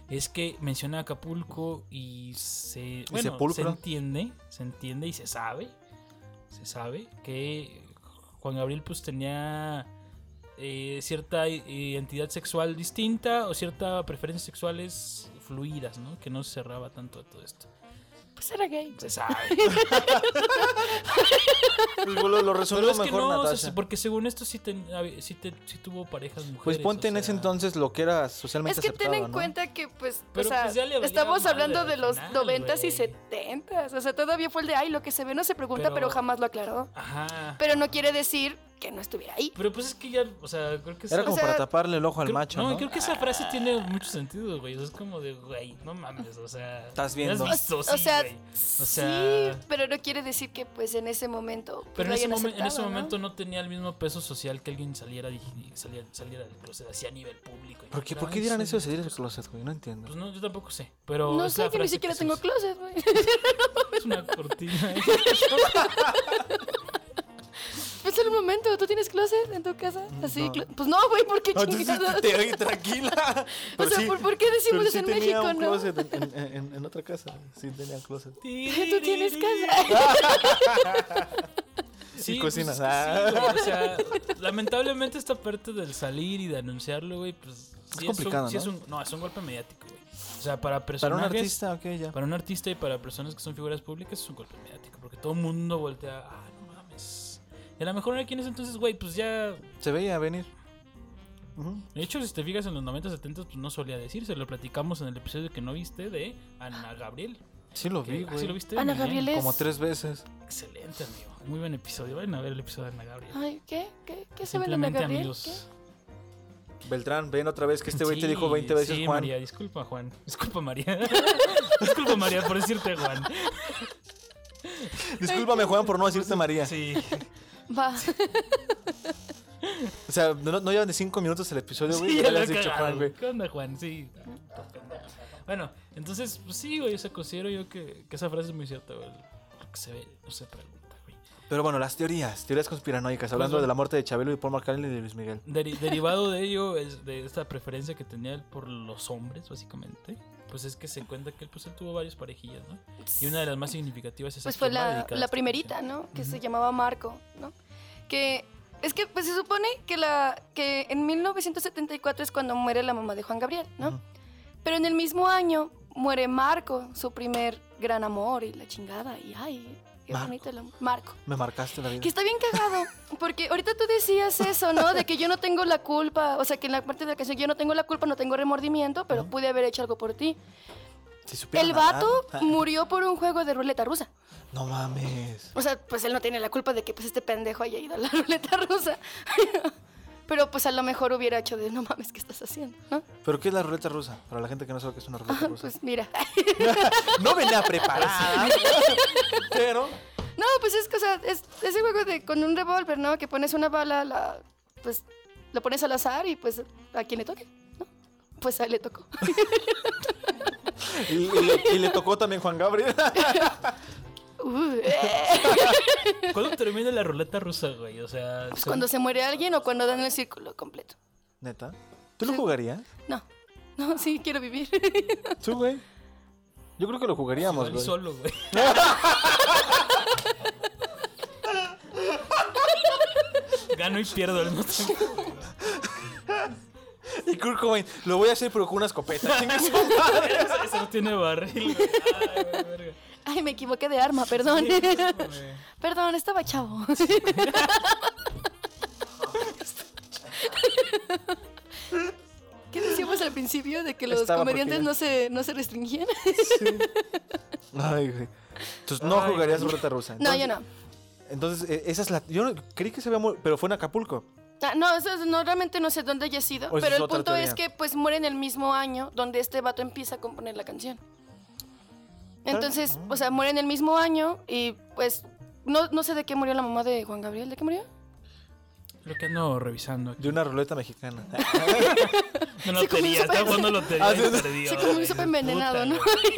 B: es que menciona Acapulco y se, bueno, se
A: sepulcro.
B: entiende, se entiende y se sabe, se sabe que Juan Gabriel pues tenía eh, cierta identidad sexual distinta o cierta preferencias sexuales fluidas, ¿no? Que no se cerraba tanto a todo esto.
C: Pues era gay.
B: Se sabe.
A: Pues, lo, lo
B: Pero
A: resuelvo
B: es que
A: mejor,
B: no, o sea,
A: Natasha.
B: porque según esto sí, ten- a ver, sí te- sí tuvo parejas mujeres.
A: Pues ponte
B: o
A: en ese
B: sea.
A: entonces lo que era socialmente
C: Es que ten
A: aceptado,
C: en
A: ¿no?
C: cuenta que, pues, o
B: Pero,
C: sea,
B: pues, ya le valía
C: estamos
B: madre
C: hablando
B: al
C: de los
B: final,
C: noventas y
B: güey.
C: setentas. O sea, todavía fue el de, ay, lo que se ve no se pregunta, pero,
B: Pero-
C: jamás lo aclaró.
B: Ajá. Pero,
C: Pero no quiere decir que no estuviera ahí.
B: pues es que ya, o sea, creo que
A: Era
B: esa-
A: como
C: O sea,
A: para taparle el ojo al
B: creo-
A: macho, ¿no?
B: creo que esa frase tiene mucho sentido, güey. O sea, es como de, güey, no mames, o sea.
A: Estás
B: ¿me has
A: viendo.
B: visto?
C: o
B: Pues, Sí,
C: sea,
B: güey.
C: sí,
B: sea-
C: pero no quiere decir que, pues, en ese momento. pues,
B: Pero en
C: lo
B: ese,
C: hayan
B: momen- en ese
C: aceptado, ¿no?
B: momento no tenía el mismo peso social que alguien saliera, di- y saliera, saliera del closet, así a nivel público. Y
A: ¿Por qué,
B: dijera,
A: ¿Por qué
B: "Ay,
A: dirán
B: sí,
A: eso de
B: güey".
A: salir del closet, güey? No entiendo.
B: Pues no, yo tampoco sé. Pero
C: No
B: es
C: sé,
B: la
C: yo ni
B: frase
C: siquiera
B: que se
C: tengo
B: usa.
C: closet, güey.
B: Es una cortina. ¿eh?
C: Pues en un momento, ¿tú tienes closet en tu casa? Así,
A: No.
C: cl- pues no, güey, ¿por qué
A: No, entonces,
C: chingados?
B: este,
A: te- oye, tranquila.
C: O
A: Pero
C: sea,
A: sí-
C: ¿por, por qué
A: pero
C: decimos
A: sí
C: en
A: tenía
C: México,
A: un
C: no?
A: closet en, en- en- en otra casa. Sí tenía un closet.
C: Tú tienes casa.
A: Y
B: pues,
A: cocinas.
B: es que sí, güey, o sea, lamentablemente esta parte del salir y de anunciarlo, güey, pues sí un-
A: complicado,
B: sí
A: ¿no?
B: es un, no, es un golpe mediático, güey. O sea, para
A: Para
B: personajes,
A: un artista, ok, ya.
B: para un artista y para personas que son figuras públicas es un golpe mediático, porque todo el mundo voltea, ah, no mames. Y a lo mejor aquí en ese entonces, güey, pues ya
A: Se veía venir. Ujú.
B: de hecho, si te fijas en los 90, 70, pues no solía decirse. Lo platicamos en el episodio que no viste de Ana Gabriel.
A: Sí lo
B: que-
A: vi,
B: ah,
A: güey.
B: ¿sí lo viste? Muy
C: Ana
B: bien.
C: Gabriel es-
A: Como tres veces.
B: Excelente, amigo. Muy buen episodio. Vayan a ver el episodio de Ana Gabriel.
C: Ay, ¿qué? ¿Qué, ¿Qué Ah, se ven en la
B: Simplemente,
C: Gabriel?
B: amigos.
A: Beltrán, ven otra vez que este güey te
B: Sí,
A: dijo 20 veces,
B: sí,
A: Juan.
B: María, disculpa, Juan. Disculpa, María. disculpa, María, por decirte, Juan.
A: Discúlpame, Juan, por no decirte María. Este
B: Sí.
C: ¿Qué? Va.
A: O sea, no, no llevan de cinco minutos el episodio, güey.
B: Sí,
A: ya
B: ya
A: le
B: la
A: has dicho
B: cagaron.
A: Juan, güey.
B: ¿Qué onda, Juan? Sí. Puta pendeja. Bueno, entonces, pues sí, güey. O sea, considero yo que, que esa frase es muy cierta, güey. Lo que se ve, no se pregunta, güey.
A: Pero bueno, las teorías, teorías conspiranoicas, hablando
B: bueno.
A: de la muerte de Chabelo y Paul McCartney y de Luis Miguel.
B: Deri- derivado de ello, es de esta preferencia que tenía él por los hombres, básicamente, pues es que se cuenta que él, pues, él tuvo varias parejillas, ¿no? Y una de las más significativas es
C: Pues
B: esta
C: fue
B: que va
C: la,
B: dedicada a
C: la
B: esta
C: primerita,
B: canción.
C: ¿no? Que se
B: Ujú.
C: llamaba Marco, ¿no? Que es que pues, se supone que, la, que en 1974 es cuando muere la mamá de Juan Gabriel, ¿no?
A: Ujú.
C: Pero en el mismo año muere Marco, su primer gran amor y la chingada. Y ay, qué
A: Marco.
C: bonito el amor. Marco.
A: Me marcaste la vida.
C: Que está bien cagado, porque ahorita tú decías eso, ¿no? De que yo no tengo la culpa, o sea, que en la parte de la canción yo no tengo la culpa, no tengo remordimiento, pero pude haber hecho algo por ti.
A: Si supieran
C: El
A: nadar. Ah,
C: vato murió por un juego de ruleta rusa.
A: No mames.
C: O sea, pues él no tiene la culpa de que pues este pendejo haya ido a la ruleta rusa. Pero pues a lo mejor hubiera hecho de no mames, ¿qué estás haciendo? ¿no?
A: ¿Pero qué es la ruleta rusa? Para la gente que no sabe qué es una ruleta rusa.
C: Pues mira.
A: No venía preparada. pero.
C: No, pues es que, o sea, es ese juego de con un revólver, ¿no? Que pones una bala, la, pues lo pones al azar y pues a quien le toque, ¿no? Pues a él le tocó.
A: Y, y le, y le tocó también Juan Gabriel.
C: Uh, eh.
B: ¿Cuándo termina la ruleta rusa, güey? O sea,
C: Pues
B: se-
C: cuando se muere alguien o cuando dan el círculo completo.
A: Neta. ¿Tú lo jugarías?
C: No, no, sí, quiero vivir.
A: ¿Tú, güey? Yo creo que lo jugaríamos,
B: igual
A: güey.
B: solo, güey. Gano y pierdo al mismo tiempo.
A: Y Kurt Cobain, lo voy a hacer pero con una escopeta. Chingue su madre.
B: Eso- Eso no tiene barril. güey. Ay, güey, verga.
C: Ay, me equivoqué de arma, perdón. Perdón, estaba chavo. ¿Qué decíamos al principio de que los
A: Estaba porque
C: comediantes
A: ya-
C: no se, no se restringían?
A: Sí. Ay, güey. Entonces no
B: Ay,
A: jugarías ruleta rusa.
C: No,
A: Entonces-
C: yo no.
A: Entonces, eh, esa es la. Yo no- creí que se había muerto, pero fue en Acapulco.
C: Ah, no, eso es- no, realmente no sé dónde haya sido.
A: O esa
C: pero
A: es
C: el
A: otra
C: punto es
A: teoría.
C: que pues muere en el mismo año donde este vato empieza a componer la canción.
A: Ah.
C: Entonces, o sea, muere en el mismo año y pues no, no sé de qué murió la mamá de Juan Gabriel. ¿De qué murió?
B: Lo que ando revisando aquí.
A: De una ruleta mexicana.
B: De
C: Se comió
B: lotería,
C: un sopa-
B: estaba jugando lotería.
A: Ah,
B: y
A: sí, sí.
B: perdió,
C: Se comió un
B: güey.
C: sopa
B: Puta,
C: envenenado, ¿no?
B: güey.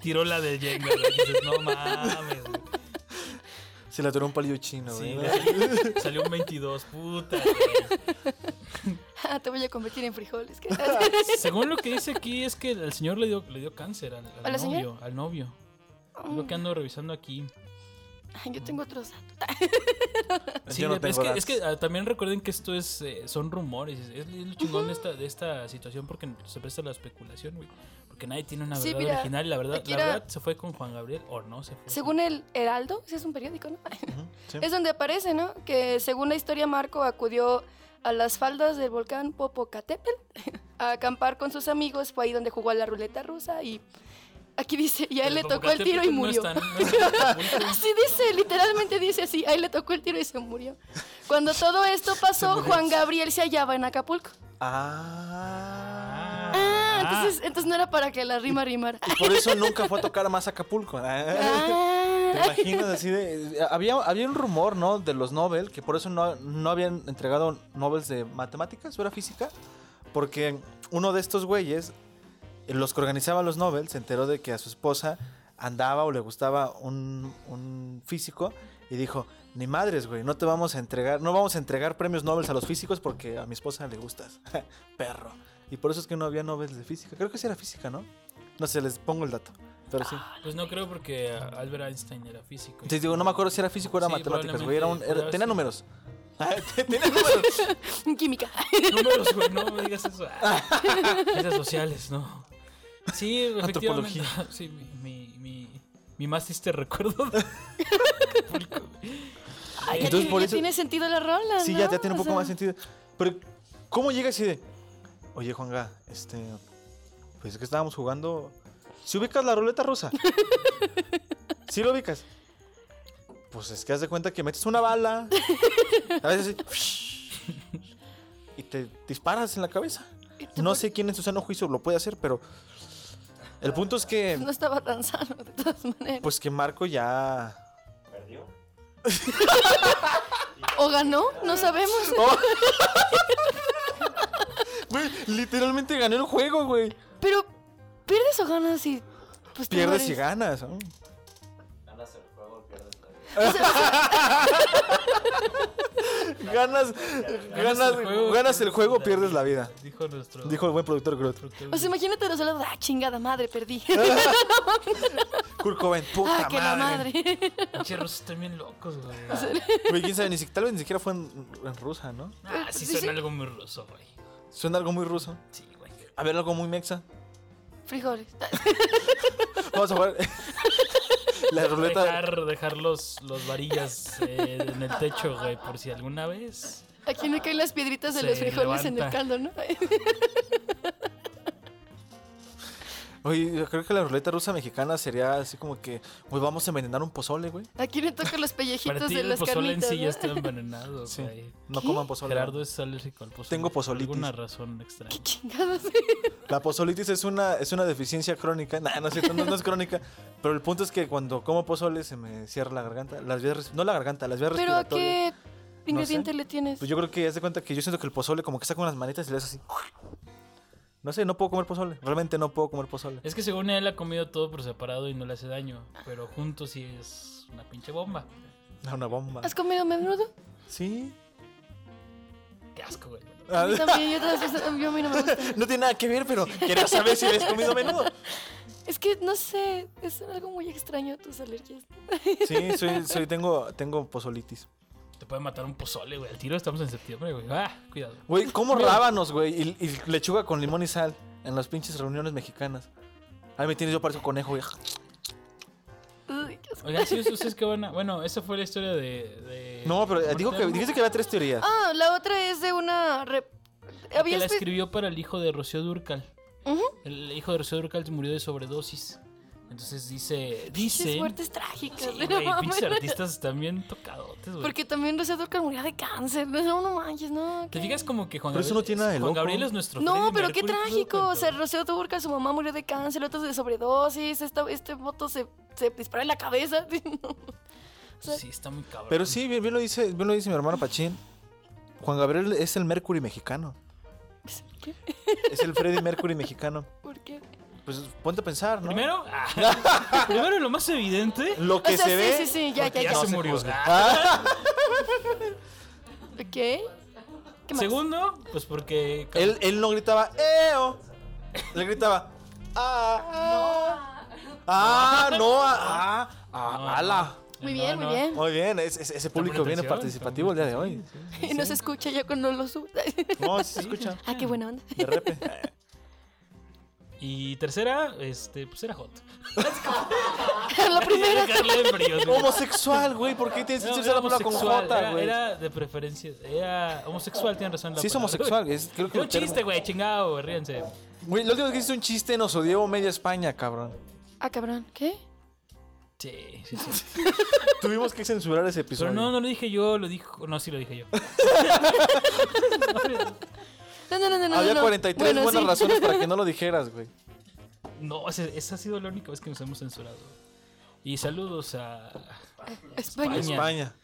B: Tiró la de Jenga, güey. Dices, no mames, güey.
A: Se la tiró un palillo chino,
B: Sí,
A: güey.
B: güey, salió- salió un 22, puta. güey.
C: Ah, te voy a convertir en frijoles. ¿qué?
B: Según lo que dice aquí es que el señor le dio, le dio cáncer al, al
C: ¿A la
B: novio. Al novio. Es Lo que ando revisando aquí.
C: Ay, yo tengo otros datos.
B: Sí,
A: Yo no
B: es,
A: tengo
B: que,
A: datos.
B: es que, ah, también recuerden que esto es eh, son rumores. Es, es lo chingón de, esta, de esta situación porque se presta a la especulación, güey. Porque nadie tiene una
C: Sí,
B: verdad
C: mira,
B: original. y La verdad,
C: aquí
B: la
C: era-
B: verdad se fue con Juan Gabriel o no se fue.
C: Según el Heraldo, ese es un periódico, ¿no?
A: Ujú, sí.
C: Es donde aparece, ¿no? Que según la historia, Marco acudió a las faldas del volcán Popocatépetl a acampar con sus amigos. Fue ahí donde jugó a la ruleta rusa y aquí dice, y a él le
B: Pero
C: tocó el tiro y
B: Popocatépetl no
C: murió.
B: está- no está-
C: Así dice, literalmente dice así, ahí le tocó el tiro y se murió. Cuando todo esto pasó, Juan Gabriel se hallaba en Acapulco.
A: Ah.
C: Ah,
B: Ah.
C: entonces, entonces no era para que la rima rimara.
A: Y por eso nunca fue a tocar más Acapulco. ¿Te
C: Ah.
A: imaginas así de.? eh, Había, había un rumor, ¿no? De los Nobel, que por eso no, no habían entregado Nobels de matemáticas o era física. Porque uno de estos güeyes, los que organizaban los Nobel, se enteró de que a su esposa andaba o le gustaba un, un físico y dijo: Ni madres, güey, no te vamos a entregar, no vamos a entregar premios Nobel a los físicos porque a mi esposa le gustas. Perro. Y por eso es que no había Nobel de física. Creo que sí era física, ¿no? No sé, les pongo el dato. Pero sí.
B: Pues no creo porque ah, Albert Einstein era físico.
A: Te digo, no me acuerdo si era físico o era
B: Sí,
A: matemáticas, güey.
B: probablemente
A: Era un, era-
B: podría
A: tenía
B: ser.
A: números. tenía números.
C: Química.
B: Números, güey, no me digas eso. Ah, Ciencias sociales, no. Sí, efectivamente.
A: Antropología.
B: Sí, mi, mi, mi, mi más triste recuerdo. de Acapulco, güey.
C: Ay, ya
A: Entonces,
C: tiene-
A: por
C: ya
A: eso-
C: tiene sentido la rola,
A: Sí,
C: ¿no?
A: ya, ya tiene un
C: O
A: poco
C: sea,
A: más sentido. Pero, ¿cómo llegas y de. Oye, Juanga, este. Pues es que estábamos jugando. ¿Si ubicas la ruleta rusa? ¿Sí lo ubicas? Pues es que haz de cuenta que metes una bala. A veces así, Y te disparas en la cabeza. No sé quién en su sano juicio lo puede hacer, pero. El punto es que.
C: No estaba tan sano, de todas maneras.
A: Pues que Marco ya.
C: ¿O ganó? No sabemos.
A: Güey, literalmente gané el juego, güey.
C: Pero, ¿pierdes o ganas y pues te
A: Pierdes y
C: mueres?
A: ganas. ¿no? Ganas ganas,
B: Ganas el juego,
A: ganas el juego, pierdes la vida.
B: Dijo nuestro.
A: Dijo el buen productor Groot.
B: nuestro-
C: O sea, imagínate los helados. Ah, chingada madre, perdí.
A: Kurt Cobain, puta
C: ah, que la
A: madre.
C: madre.
B: Pinche rusos están bien locos, güey.
A: Güey, quién sabe, ni si- tal vez ni siquiera fue en, en rusa, ¿no?
B: Ah, sí,
C: Sí, sí.
B: suena algo muy ruso, güey.
A: Suena algo muy ruso.
B: Sí, güey.
A: A ver, algo muy mexa.
C: Frijoles.
A: Vamos a jugar. la ruleta.
B: Dejar, dejar los, los varillas eh, en el techo, güey, por si alguna vez.
C: Aquí no caen las piedritas de
B: Se
C: los frijoles en el
B: levanta.
C: caldo, ¿no?
A: Oye, yo creo que la ruleta rusa mexicana sería así como que, güey, vamos a envenenar un pozole, güey.
C: Aquí le tocan los
B: Para
C: pellejitos
B: ti
C: de
B: el
C: las
B: pozole en
C: carnitas.
B: sí ya
C: ¿no?
B: está envenenado,
A: Sí.
B: güey.
A: No
C: ¿Qué?
A: coman pozole.
B: Gerardo es alérgico al pozole.
A: Tengo pozolitis.
B: Por alguna razón extraña.
C: Qué chingados.
A: La pozolitis es una, es una deficiencia crónica. Nah, no, es cierto, no, no es crónica. Pero el punto es que cuando como pozole se me cierra la garganta. Las vías, res- no la garganta, las vías
C: Pero ¿a
A: respiratorias.
C: qué ingrediente le tienes?
A: Pues yo creo que haz de cuenta que yo siento que el pozole como que saca unas manitas y le hace así. No sé, no puedo comer pozole. Realmente no puedo comer pozole.
B: Es que según él ha comido todo por separado y no le hace daño, pero juntos sí es una pinche bomba.
A: Es una bomba.
C: ¿Has comido menudo?
A: Sí.
B: Qué asco, güey.
C: A mí también, yo, también- yo a mí no me gusta.
A: No tiene nada que ver, pero quería saber si habías comido menudo.
C: Es que, no sé, es algo muy extraño tus alergias.
A: Sí, soy, soy, tengo, tengo pozolitis.
B: Te puede matar un pozole, güey. Al tiro estamos en septiembre, güey. Ah, cuidado.
A: Güey, como rábanos, güey, y, y lechuga con limón y sal en las pinches reuniones mexicanas. Ahí me tienes, yo parezco conejo, güey.
C: Ay, qué asco.
B: Oigan, sí, ustedes qué van a... Bueno, esa fue la historia de... de-
A: No, pero dijo que,
B: Mortal, ¿no?
A: dijiste que había tres teorías.
C: Ah, la otra es de una... rep-
B: Que
C: Había
B: la
C: espe-
B: escribió para el hijo de Rocío Durcal.
C: Ujú.
B: El hijo de Rocío Durcal murió de sobredosis. Entonces dice...
C: Pinches
B: Dice...
C: muertes trágicas.
B: Sí,
C: no
B: güey,
C: mames.
B: pinches artistas están bien tocadotes, güey.
C: Porque también Rocío Durcal moría de cáncer. No, no manches, no.
B: Te
C: ¿qué?
B: fijas como que Juan
A: Pero eso
B: Gabriel-
A: no tiene nada de
B: Juan
A: loco.
B: Gabriel es nuestro
C: No,
B: Freddie
C: pero qué
B: Mercury,
C: trágico.
B: todo
C: O sea,
B: cuento.
C: Rocío Durcal, su mamá murió de cáncer, otros de sobredosis. Esta, este voto se, se disparó en la cabeza. no. sea-
B: Sí, está muy cabrón.
A: Pero sí, bien, bien lo dice, bien lo dice mi hermano Pachín. Juan Gabriel es el Mercury mexicano.
C: ¿Qué?
A: Es el Freddie Mercury mexicano.
C: ¿Por qué?
A: Pues ponte a pensar, ¿no?
B: Primero, ah, primero lo más evidente.
A: lo
C: O
A: que
C: sea,
A: se
C: sí,
A: ve.
C: sí, sí, ya, ya,
B: Ya
C: ya.
B: se murió.
A: juzga.
C: Ok. ¿Qué más?
B: Segundo, pues porque.
A: Él, él no gritaba ¡Eo! Él gritaba ¡Ah! ¡Ah! ¡Ah! ¡No! ¡Ah! ¡Ah!
B: No,
A: ¡Ala!
C: Muy
B: No,
C: bien,
B: no.
C: muy bien.
A: Muy bien, es- es- ese público viene
B: Está poniendo
A: participativo el día de hoy.
B: atención, sí, sí, sí.
C: Y no se escucha yo cuando lo subo.
A: No, sí se escucha.
C: ah, qué buena onda.
A: De repente.
B: Y tercera, este, pues era hot.
C: la primera.
B: Carla de Bríos, güey.
A: Homosexual, güey. ¿Por qué tienes que
B: No,
A: echarse
B: era
A: la bola con
B: homosexual,
A: J,
B: era-
A: güey?
B: Era de preferencia, era homosexual, tienen razón. la
A: Sí es
B: palabra,
A: homosexual,
B: güey.
A: es, creo que lo
B: Era un chiste, güey, chingado, güey, ríense.
A: Güey, la última vez que hiciste un chiste nos odió media España, cabrón.
C: Ah, cabrón, ¿qué?
B: Sí, sí, sí.
A: Tuvimos que censurar ese
B: Pero
A: episodio.
B: no, no lo dije yo, lo dijo. No, sí lo dije yo.
C: No, no, no, no, no.
A: Había
C: no.
A: 43
C: Bueno,
A: buenas
C: sí.
A: razones para que no lo dijeras, güey.
B: No, ese- esa ha sido la única vez que nos hemos censurado. Y saludos a,
C: España.
B: España.
A: España.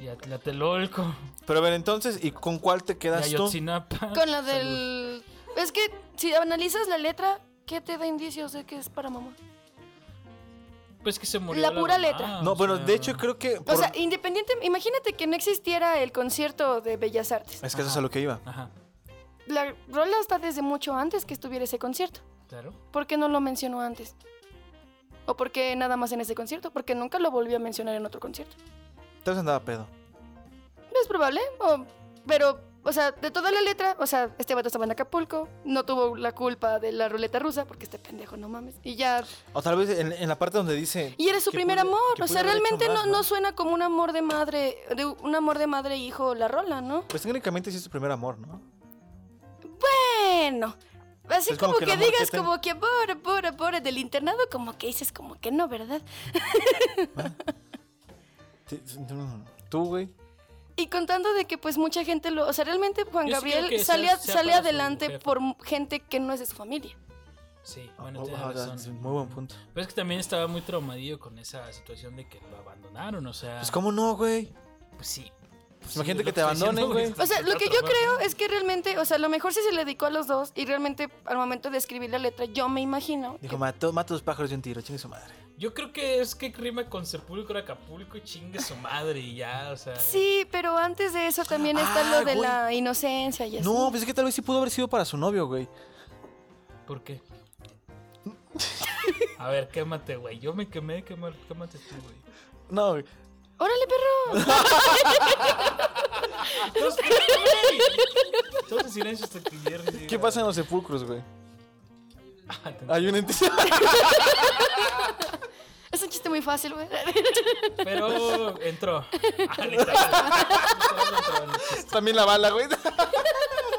B: y a Tlatelolco,
A: Pero a ver, entonces, ¿y con cuál te
B: y a
A: quedas tú? Ah,
B: Yotzinapa.
C: Con la del. Es que si analizas la letra, ¿qué te da indicios de que es para mamá?
B: Pues que se murió.
C: La pura
B: mamá,
C: letra.
A: No,
B: o
A: bueno,
B: sea,
A: de hecho creo que...
C: O
A: por-
C: sea, independiente. Imagínate que no existiera el concierto de Bellas Artes.
A: Es que eso es a lo que iba.
B: Ajá,
C: La rola está desde mucho antes que estuviera ese concierto.
B: claro.
C: ¿Por qué no lo mencionó antes? ¿O por qué nada más en ese concierto? Porque nunca lo volvió a mencionar en otro concierto.
A: Entonces andaba pedo.
C: Es probable, o- pero, o sea, de toda la letra, o sea, este vato estaba en Acapulco, no tuvo la culpa de la ruleta rusa, porque este pendejo, no mames. Y ya,
A: O tal vez en, en la parte donde dice...
C: y era su
A: Que
C: primer
A: pudo-
C: amor,
A: que
C: o sea,
A: pudo haber hecho
C: realmente
A: más,
C: no,
A: ¿no?
C: no suena como un amor de madre, de un amor de madre e hijo la rola, ¿no?
A: Pues técnicamente sí es tu primer amor, ¿no?
C: Bueno, así
A: Es
C: como,
A: como
C: que,
A: que el amor
C: digas
A: que ten-
C: como que amor, amor, amor del internado, como que dices como que no, ¿verdad?
A: Sí, sí, mm, Tú, güey.
C: Y contando de que pues mucha gente lo, o sea, realmente Juan
B: Yo sí creo que
C: Gabriel
B: sea-
C: sale, a-
B: sea
C: sale
B: para su
C: adelante
B: jefa.
C: por gente que no es de su familia.
B: Sí, bueno,
A: Oh,
B: tienes
A: ah,
B: razón.
A: es un muy buen punto.
B: Pero es que también estaba muy traumadillo con esa situación de que lo abandonaron, o sea.
A: Pues cómo no, güey.
B: Pues sí. Pues
A: imagínate
B: es
A: que
B: lo
A: te
B: estoy
A: abandonen,
B: diciendo,
A: güey.
C: O sea, lo que yo creo es que realmente, o sea, a lo mejor si se le dedicó a los dos y realmente al momento de escribir la letra, yo me imagino.
A: Dijo, mato, mato a los pájaros de un tiro, chingue su madre.
B: Yo creo que es que rima con Sepulcro Acapulco y chingue su madre y ya, o sea.
C: Sí, pero antes de eso también está
A: Ah,
C: lo de
A: güey.
C: la inocencia y así.
A: No, pues es que tal vez sí pudo haber sido para su novio, güey.
B: ¿Por qué? A ver, quémate, güey. Yo me quemé, quémate, quémate tú, güey.
A: No, güey.
C: Órale, perro.
B: Entonces, ¿por qué, güey? Todos en silencio hasta que viernes.
A: ¿Qué
B: llega.
A: pasa en los sepulcros, güey?
B: Ah, te-
A: Hay un ente.
C: Es un chiste muy fácil, güey.
B: Pero entró. Ah, le entró. Entró, entró.
A: También la bala, güey.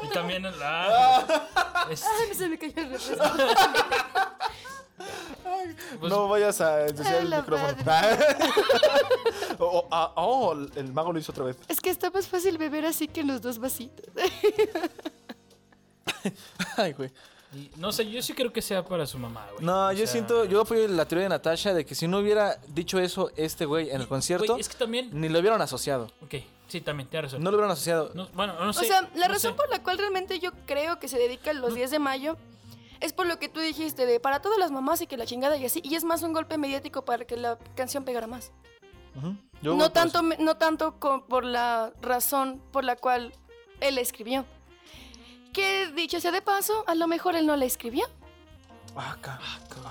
B: Y también el- ah, es-
C: Se me cayó el refresco.
B: pues,
A: no vayas a ensuciar
C: Ay,
A: el
C: la
A: micrófono. oh, ah, oh, el mago lo hizo otra vez.
C: Es que está más fácil beber así que en los dos vasitos.
A: Ay, güey.
B: y- no sé, yo sí creo que sea para su mamá, güey.
A: No,
B: O
A: yo
B: sea,
A: siento, yo apoyo la teoría de Natasha de que si no hubiera dicho eso este güey en el concierto,
B: Güey, es que también.
A: ni lo hubieran asociado.
B: Ok, sí, también, tienes razón.
A: No lo hubieran asociado.
B: No, bueno, no sé.
C: o sea, la
B: no
C: razón
B: sé.
C: por la cual realmente yo creo que se dedica
A: Mm.
C: los 10 de mayo es por lo que tú dijiste de para todas las mamás y que la chingada y así. Y es más un golpe mediático para que la canción pegara más.
A: Ujú. Yo voy
C: no
A: por
C: tanto,
A: eso.
C: me- no tanto co- por la razón por la cual él la escribió. Que dicho sea de paso, a lo mejor él no la escribió.
A: Ah, ca-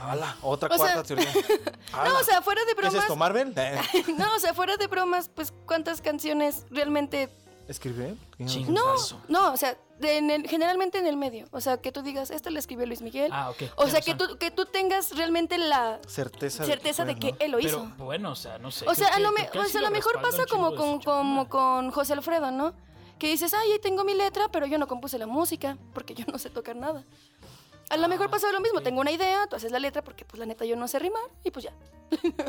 A: ala, otra
C: O sea-
A: cuarta teoría. Ala.
C: No, o sea, fuera de
A: ¿Qué es
C: bromas.
A: esto, Marvel? Eh,
C: no, o sea, fuera de bromas, pues cuántas canciones realmente.
A: ¿Escribe?
C: No,
B: Chingazo.
C: no, o sea, de- en el- generalmente en el medio. O sea, que tú digas, esta la escribió Luis Miguel.
B: Ah, ok.
C: o sea,
B: tienes
C: que
B: razón.
C: tú, que tú tengas realmente la
A: Certeza.
C: certeza de que
A: fue, ¿no?
C: él lo hizo.
B: Pero bueno, o sea, no sé.
C: O sea,
B: creo
C: a lo,
B: que-
C: me-
B: creo que
C: o
B: sí
C: sea, a lo mejor
B: respalda
C: pasa
B: un
C: como
B: chingo de
C: con,
B: su
C: como
B: chamba.
C: con José Alfredo, ¿no? Que dices, ay, ahí tengo mi letra, pero yo no compuse la música porque yo no sé tocar nada. A lo mejor
B: Ah,
C: pasa lo mismo,
B: ok.
C: tengo una idea, tú haces la letra porque pues la neta yo no sé rimar y pues ya.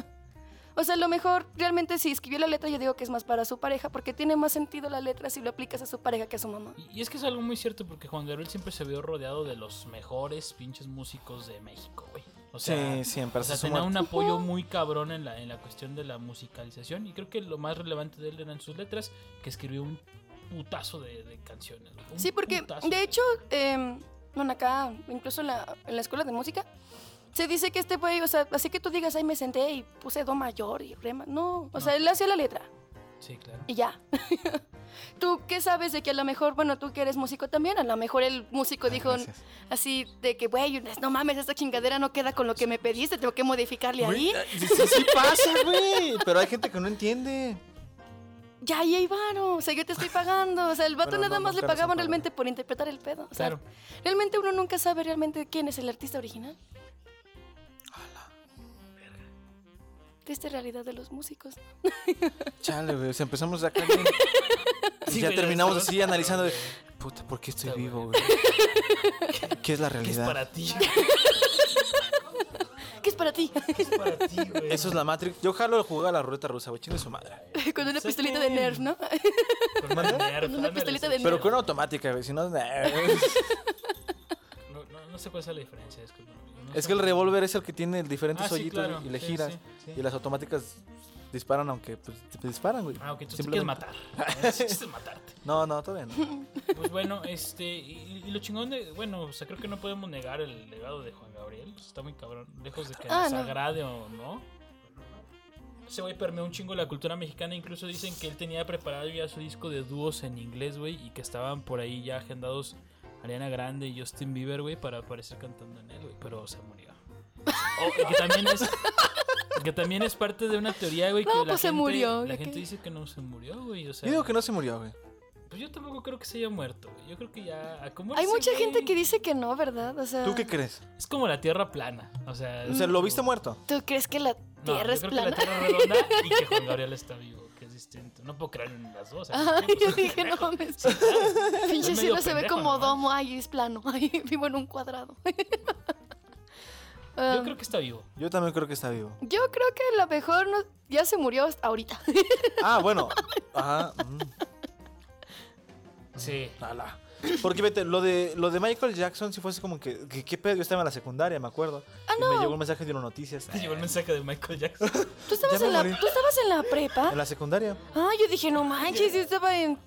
C: o sea, a lo mejor realmente si escribió la letra yo digo que es más para su pareja porque tiene más sentido la letra si lo aplicas a su pareja que a su mamá.
B: Y- Y es que es algo muy cierto porque Juan Gabriel siempre se vio rodeado de los mejores pinches músicos de México, güey. O sea,
A: sí, siempre.
B: o sea,
A: hace su
B: tenía
A: muerte.
B: un apoyo muy cabrón en la, en la cuestión de la musicalización. Y creo que lo más relevante de él eran sus letras, que escribió un putazo de, de canciones. güey. Un
C: Sí, porque
B: putazo.
C: de hecho, eh, bueno, acá, incluso en la, en la escuela de música, se dice que este güey, o sea, así que tú digas, ay, me senté y puse do mayor y rema. No, o sea, él hacía la letra.
B: Sí, claro.
C: y ya. ¿Tú qué sabes de que a lo mejor, bueno, tú que eres músico también, a lo mejor el músico dijo
A: gracias.
C: así de que, güey, Unas, no mames, esta chingadera no queda con lo que me pediste, tengo que modificarle
A: Güey,
C: ahí.
A: ah, Sí, sí, sí pasa, güey. Pero hay gente que no entiende.
C: Ya, ahí hay varo, o sea, yo te estoy pagando. O sea, el vato
A: Bueno,
C: nada
A: no,
C: más
A: nunca nos
C: le
A: han
C: pagaban
A: pagado.
C: realmente por interpretar el pedo. O sea,
B: Claro.
C: realmente uno nunca sabe realmente quién es el artista original. Triste realidad de los músicos.
A: Chale, güey. O sea, empezamos acá. ¿no?
B: Sí,
A: Y ya
B: güey,
A: terminamos
B: estamos-
A: así analizando. de, Puta, ¿por qué estoy
B: Puta,
A: vivo, güey? ¿Qué- ¿Qué es la
B: ¿Qué es
A: realidad?
B: para ti?
C: ¿Qué es para ti?
B: ¿Qué es para ti, güey?
A: Eso es la Matrix. Yo jalo a jugar a la ruleta rusa, güey. Chingue su madre.
C: con una
B: Saquen.
C: pistolita de Nerf, ¿no?
B: Pues Con una nerf,
C: Con
B: ándale,
C: una pistolita
B: sí.
C: de
A: Pero
C: Nerf.
A: con una automática, güey. Si no. nah.
B: No, no, no sé cuál es la diferencia. Es que, no- no
A: Es
B: sé.
A: que el revólver es el que tiene diferentes
B: Ah, sí,
A: hoyitos
B: claro.
A: güey, y le
B: Sí,
A: giras.
B: sí, sí.
A: Y las automáticas disparan, aunque pues, te disparan, güey.
B: Ah, ok, entonces te
A: Simplemente.
B: quieres matar. Entonces quieres matarte.
A: No, no, todavía no.
B: Pues bueno, este. Y, y lo chingón de. Bueno, o sea, creo que no podemos negar el legado de Juan Gabriel. pues, Está muy cabrón. Lejos de que
C: Ah,
B: nos
C: no.
B: agrade o no. Ese güey permeó un chingo la cultura mexicana. Incluso dicen que él tenía preparado ya su disco de dúos en inglés, güey. Y que estaban por ahí ya agendados Ariana Grande y Justin Bieber, güey, para aparecer cantando en él, güey. Pero se murió. O- que también es. Que también es parte de una teoría, güey. que
C: No,
B: la
C: pues se
B: gente-
C: murió,
B: La
C: ¿qué-
B: gente
C: qué?
B: dice que no se murió, güey. O sea,
A: Yo digo que no se murió, güey.
B: pues yo tampoco creo que se haya muerto, güey. Yo creo que ya. ¿a cómo
C: Hay
B: ese
C: mucha
B: güey?
C: gente que dice que no, ¿verdad? O sea,
A: ¿Tú qué crees?
B: Es como la tierra plana. O sea.
A: O sea, ¿lo viste muerto?
C: ¿tú crees que la
B: No,
C: Tierra
B: yo
C: es
B: creo
C: plana?
B: Que la tierra es redonda y que Juan Gabriel está vivo, que es distinto. No puedo creer en las dos.
C: Ay, yo dije, no mames. Pinche
B: medio
C: cielo se ve
B: pendejo,
C: como
B: ¿no?
C: domo. Ay, es plano. Ay, vivo en un cuadrado. Ah,
B: Yo creo que está vivo.
A: Yo también creo que está vivo.
C: yo creo que la mejor no- ya se murió hasta ahorita.
A: Ah, bueno. Ajá. mm,
B: Sí.
A: ala. Porque vete, lo de, lo de Michael Jackson, si fuese como que, que- ¿Qué pedo? Yo estaba en la secundaria, me acuerdo.
C: Ah,
A: y me llegó un mensaje de una noticias.
B: Te llegó el mensaje de Michael Jackson.
C: ¿Tú estabas,
A: Ya me
C: en la,
A: morí.
C: ¿tú estabas en la prepa?
A: En la secundaria.
C: Ah, yo dije, no manches, yo estaba en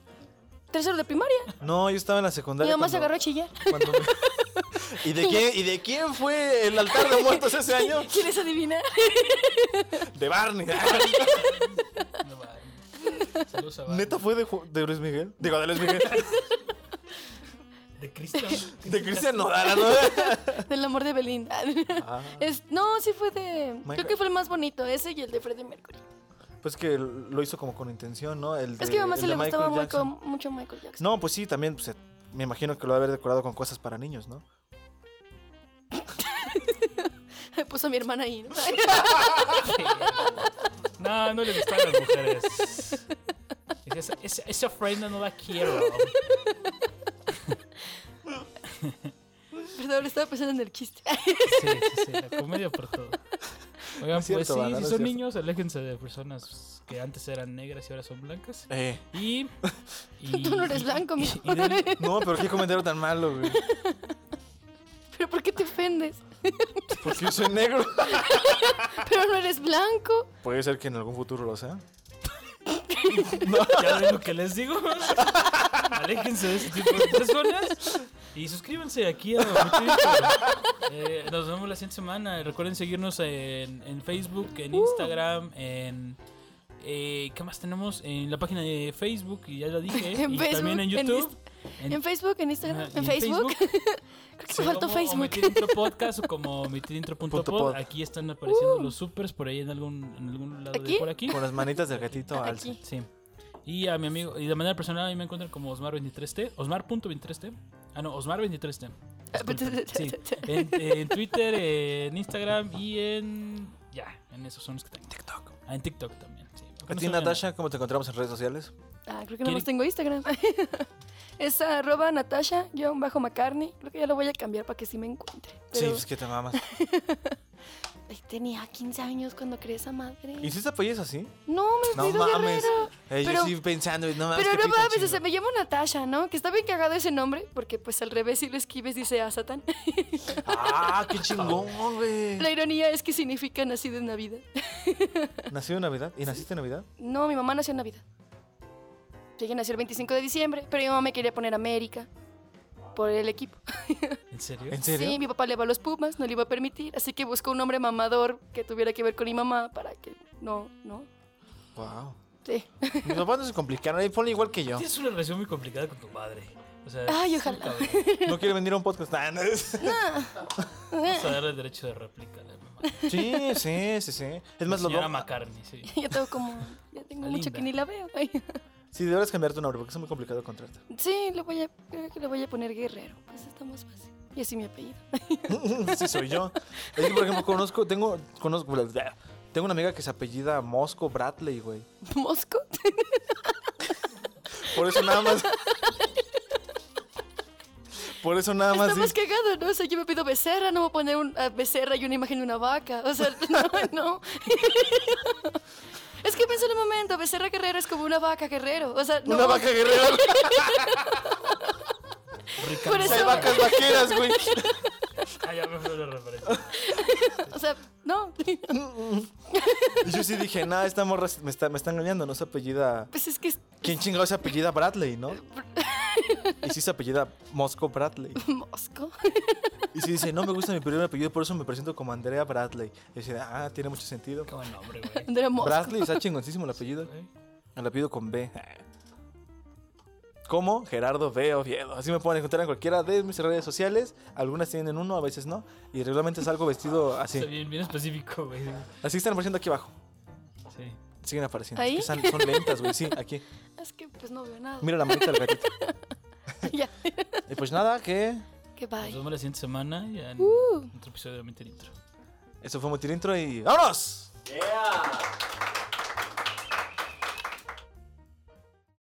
C: tercero de primaria.
A: No, yo estaba en la
C: Mi
A: secundaria.
C: mamá se
A: cuando-
C: agarró a chillar.
A: cuando me- ¿Y, de quién, ¿Y de quién fue el altar de muertos ese año?
C: ¿Quieres adivinar?
A: De Barney.
B: No, va. Saludos a Bar-
A: ¿Neta fue de, Ju- de Luis Miguel? Digo, de Luis Miguel.
B: De Cristian.
A: De Cristian Nodala, ¿no?
C: Del amor de Belinda.
A: Ah,
C: Es- no, sí fue de.
A: Michael-
C: Creo que fue el más bonito, ese y el de Freddie Mercury.
A: pues que lo hizo como con intención, ¿no? El
C: Es
A: de-
C: que a mi mamá
A: el
C: se
A: de
C: le
A: Michael
C: gustaba muy
A: Jackson.
C: co- mucho Michael Jackson.
A: No, pues sí, también pues, eh, me imagino que lo va a haber decorado con cosas para niños, ¿no?
C: Puso a mi hermana ahí, ¿no?
B: No, no le gustan las mujeres. Esa, esa, esa ofrenda no la quiero.
C: Perdón, estaba pensando en el chiste.
B: Sí, sí, sí, la comedia por todo. Oigan,
A: es cierto,
B: pues sí,
A: banda,
B: si
A: no es
B: son
A: cierto.
B: niños, aléjense de personas que antes eran negras y ahora son blancas.
A: Eh,
B: Y. y-
C: Tú no eres blanco, mijo.
B: y denle-
A: no, pero qué comentario tan malo, güey.
C: ¿Pero por qué te ofendes?
A: Porque yo soy negro.
C: Pero no eres blanco.
A: Puede ser que en algún futuro lo sea.
B: ya ven lo que les digo. Aléjense de ese tipo de personas. Y suscríbanse aquí a eh, Nos vemos la siguiente semana. Recuerden seguirnos en, en Facebook, en
C: Uh.
B: Instagram, en. eh, ¿Qué más tenemos? En la página de Facebook, y ya la dije.
C: En
B: y
C: Facebook,
B: también en
C: en
B: YouTube.
C: En, Facebook, en Instagram,
B: Ajá, y
C: en Facebook. Creo que te
B: Sí,
C: faltó
B: como
C: Facebook.
B: Omitir Intro Podcast o como omitir intro punto
A: Punto
B: pod.
A: pod.
B: Aquí están apareciendo los supers por ahí en algún, en algún lado
C: Uh. ¿Aquí?
B: de por aquí.
A: Con las manitas del gatito alce.
C: Aquí.
B: Sí. Y a mi amigo, y de manera personal a mí me encuentran como Osmar23T, Osmar.23T. Ah, no, Osmar23T. Disculpen. Sí. En, en Twitter, en Instagram y en. Ya, en esos son los que tengo.
A: TikTok.
B: Ah, en TikTok también. Sí. Aunque
A: A
B: no
A: ti,
B: soy una-
A: Natasha, ¿cómo te encontramos en redes sociales?
C: Ah, creo que no más
B: ¿Quieren-
C: tengo Instagram. es arroba Natasha, yo bajo McCartney. Creo que ya lo voy a cambiar para que sí me encuentre.
A: Sí,
C: Pero
A: pues que te mamas.
C: ay, tenía 15 años cuando creé esa madre.
A: ¿Y si te apoyas así?
C: No, me
A: No
C: pido
A: mames.
C: guerrero.
A: Eh, yo
C: Pero-
A: estoy pensando, no mames.
C: Pero
A: qué
C: no
A: pito
C: mames,
A: chingo.
C: se me llama Natasha, ¿no? Que está bien cagado ese nombre, porque pues al revés si lo escribes dice a Satán.
A: Ah, qué chingón, güey.
C: La ironía es que significa nacido en Navidad.
A: ¿Nacido en Navidad? ¿Y naciste en Navidad?
C: No, mi mamá nació en Navidad. Llegué a nacer el 25 de diciembre, pero mi mamá me quería poner América por el equipo.
B: ¿En serio?
A: ¿En serio?
C: Sí, mi papá le va a los Pumas, no le iba a permitir, así que buscó un hombre mamador que tuviera que ver con mi mamá para que no, no.
A: Wow.
C: Sí.
A: Mis papás no se complicaron, ahí ponle igual que yo.
B: Tienes una relación muy complicada con tu madre. O sea,
C: Ay,
B: es un
C: ojalá.
B: cabrón.
A: No quiere venir a un podcast. Ah, no.
B: Vamos a darle el derecho de réplica a la mamá.
A: Sí, sí, sí, sí. Es más, los
B: Señora
A: vamos-
B: McCartney, sí.
C: Ya tengo como. Ya tengo mucho
B: Linda.
C: que ni la veo. Ay.
A: Sí, deberías cambiar tu nombre porque es muy complicado encontrarte.
C: Sí, le voy a, creo que le voy a poner guerrero. Pues está más fácil. Y así mi apellido.
A: Sí, soy yo. Es que, por ejemplo, conozco, tengo, conozco, tengo una amiga que se apellida Mosco Bradley, güey.
C: Mosco.
A: Por eso nada más. Por eso nada
C: Está
A: más.
C: más
A: di-
C: cagado, ¿no? O sea, yo me pido becerra, no voy a poner un, eh, becerra y una imagen de una vaca. O sea, no, no. es que pensé en un momento, becerra guerrero es como una vaca guerrero. O sea, no.
A: Una vaca guerrera.
C: Por
A: Hay
C: eso,
A: vacas vaqueras, güey.
B: Ah, ya me fue la referencia.
C: o sea, no.
A: Y yo sí dije, nada, esta morra me está, me está engañando, no se apellida.
C: pues es que es
A: ¿Quién chingado se apellida Bradley, no? Y sí se apellida Mosco Bradley.
C: mosco.
A: Y sí dice, no me gusta mi primer apellido, por eso me presento como Andrea Bradley. Y dice, ah, tiene mucho sentido.
B: Qué buen nombre, güey.
C: Andrea Mosco.
A: Bradley está chingoncísimo el apellido. El apellido con B. Como Gerardo B. Oviedo. Así me pueden encontrar en cualquiera de mis redes sociales. Algunas tienen uno, a veces no. Y regularmente salgo vestido
B: Está
A: así.
B: bien, bien específico, güey.
A: Así están apareciendo aquí abajo.
B: Sí.
A: Siguen apareciendo. Es
C: ¿Ahí?
A: que son, son lentas, güey. Sí, aquí.
C: Es que pues no veo nada.
A: Mira la manita del gatito.
C: ya.
A: Y pues nada, que
C: Que
B: Nos
C: bye.
B: vemos la siguiente semana ya
C: Uh.
B: en otro episodio de Mente Nitro.
A: eso fue Motirintro y ¡vámonos!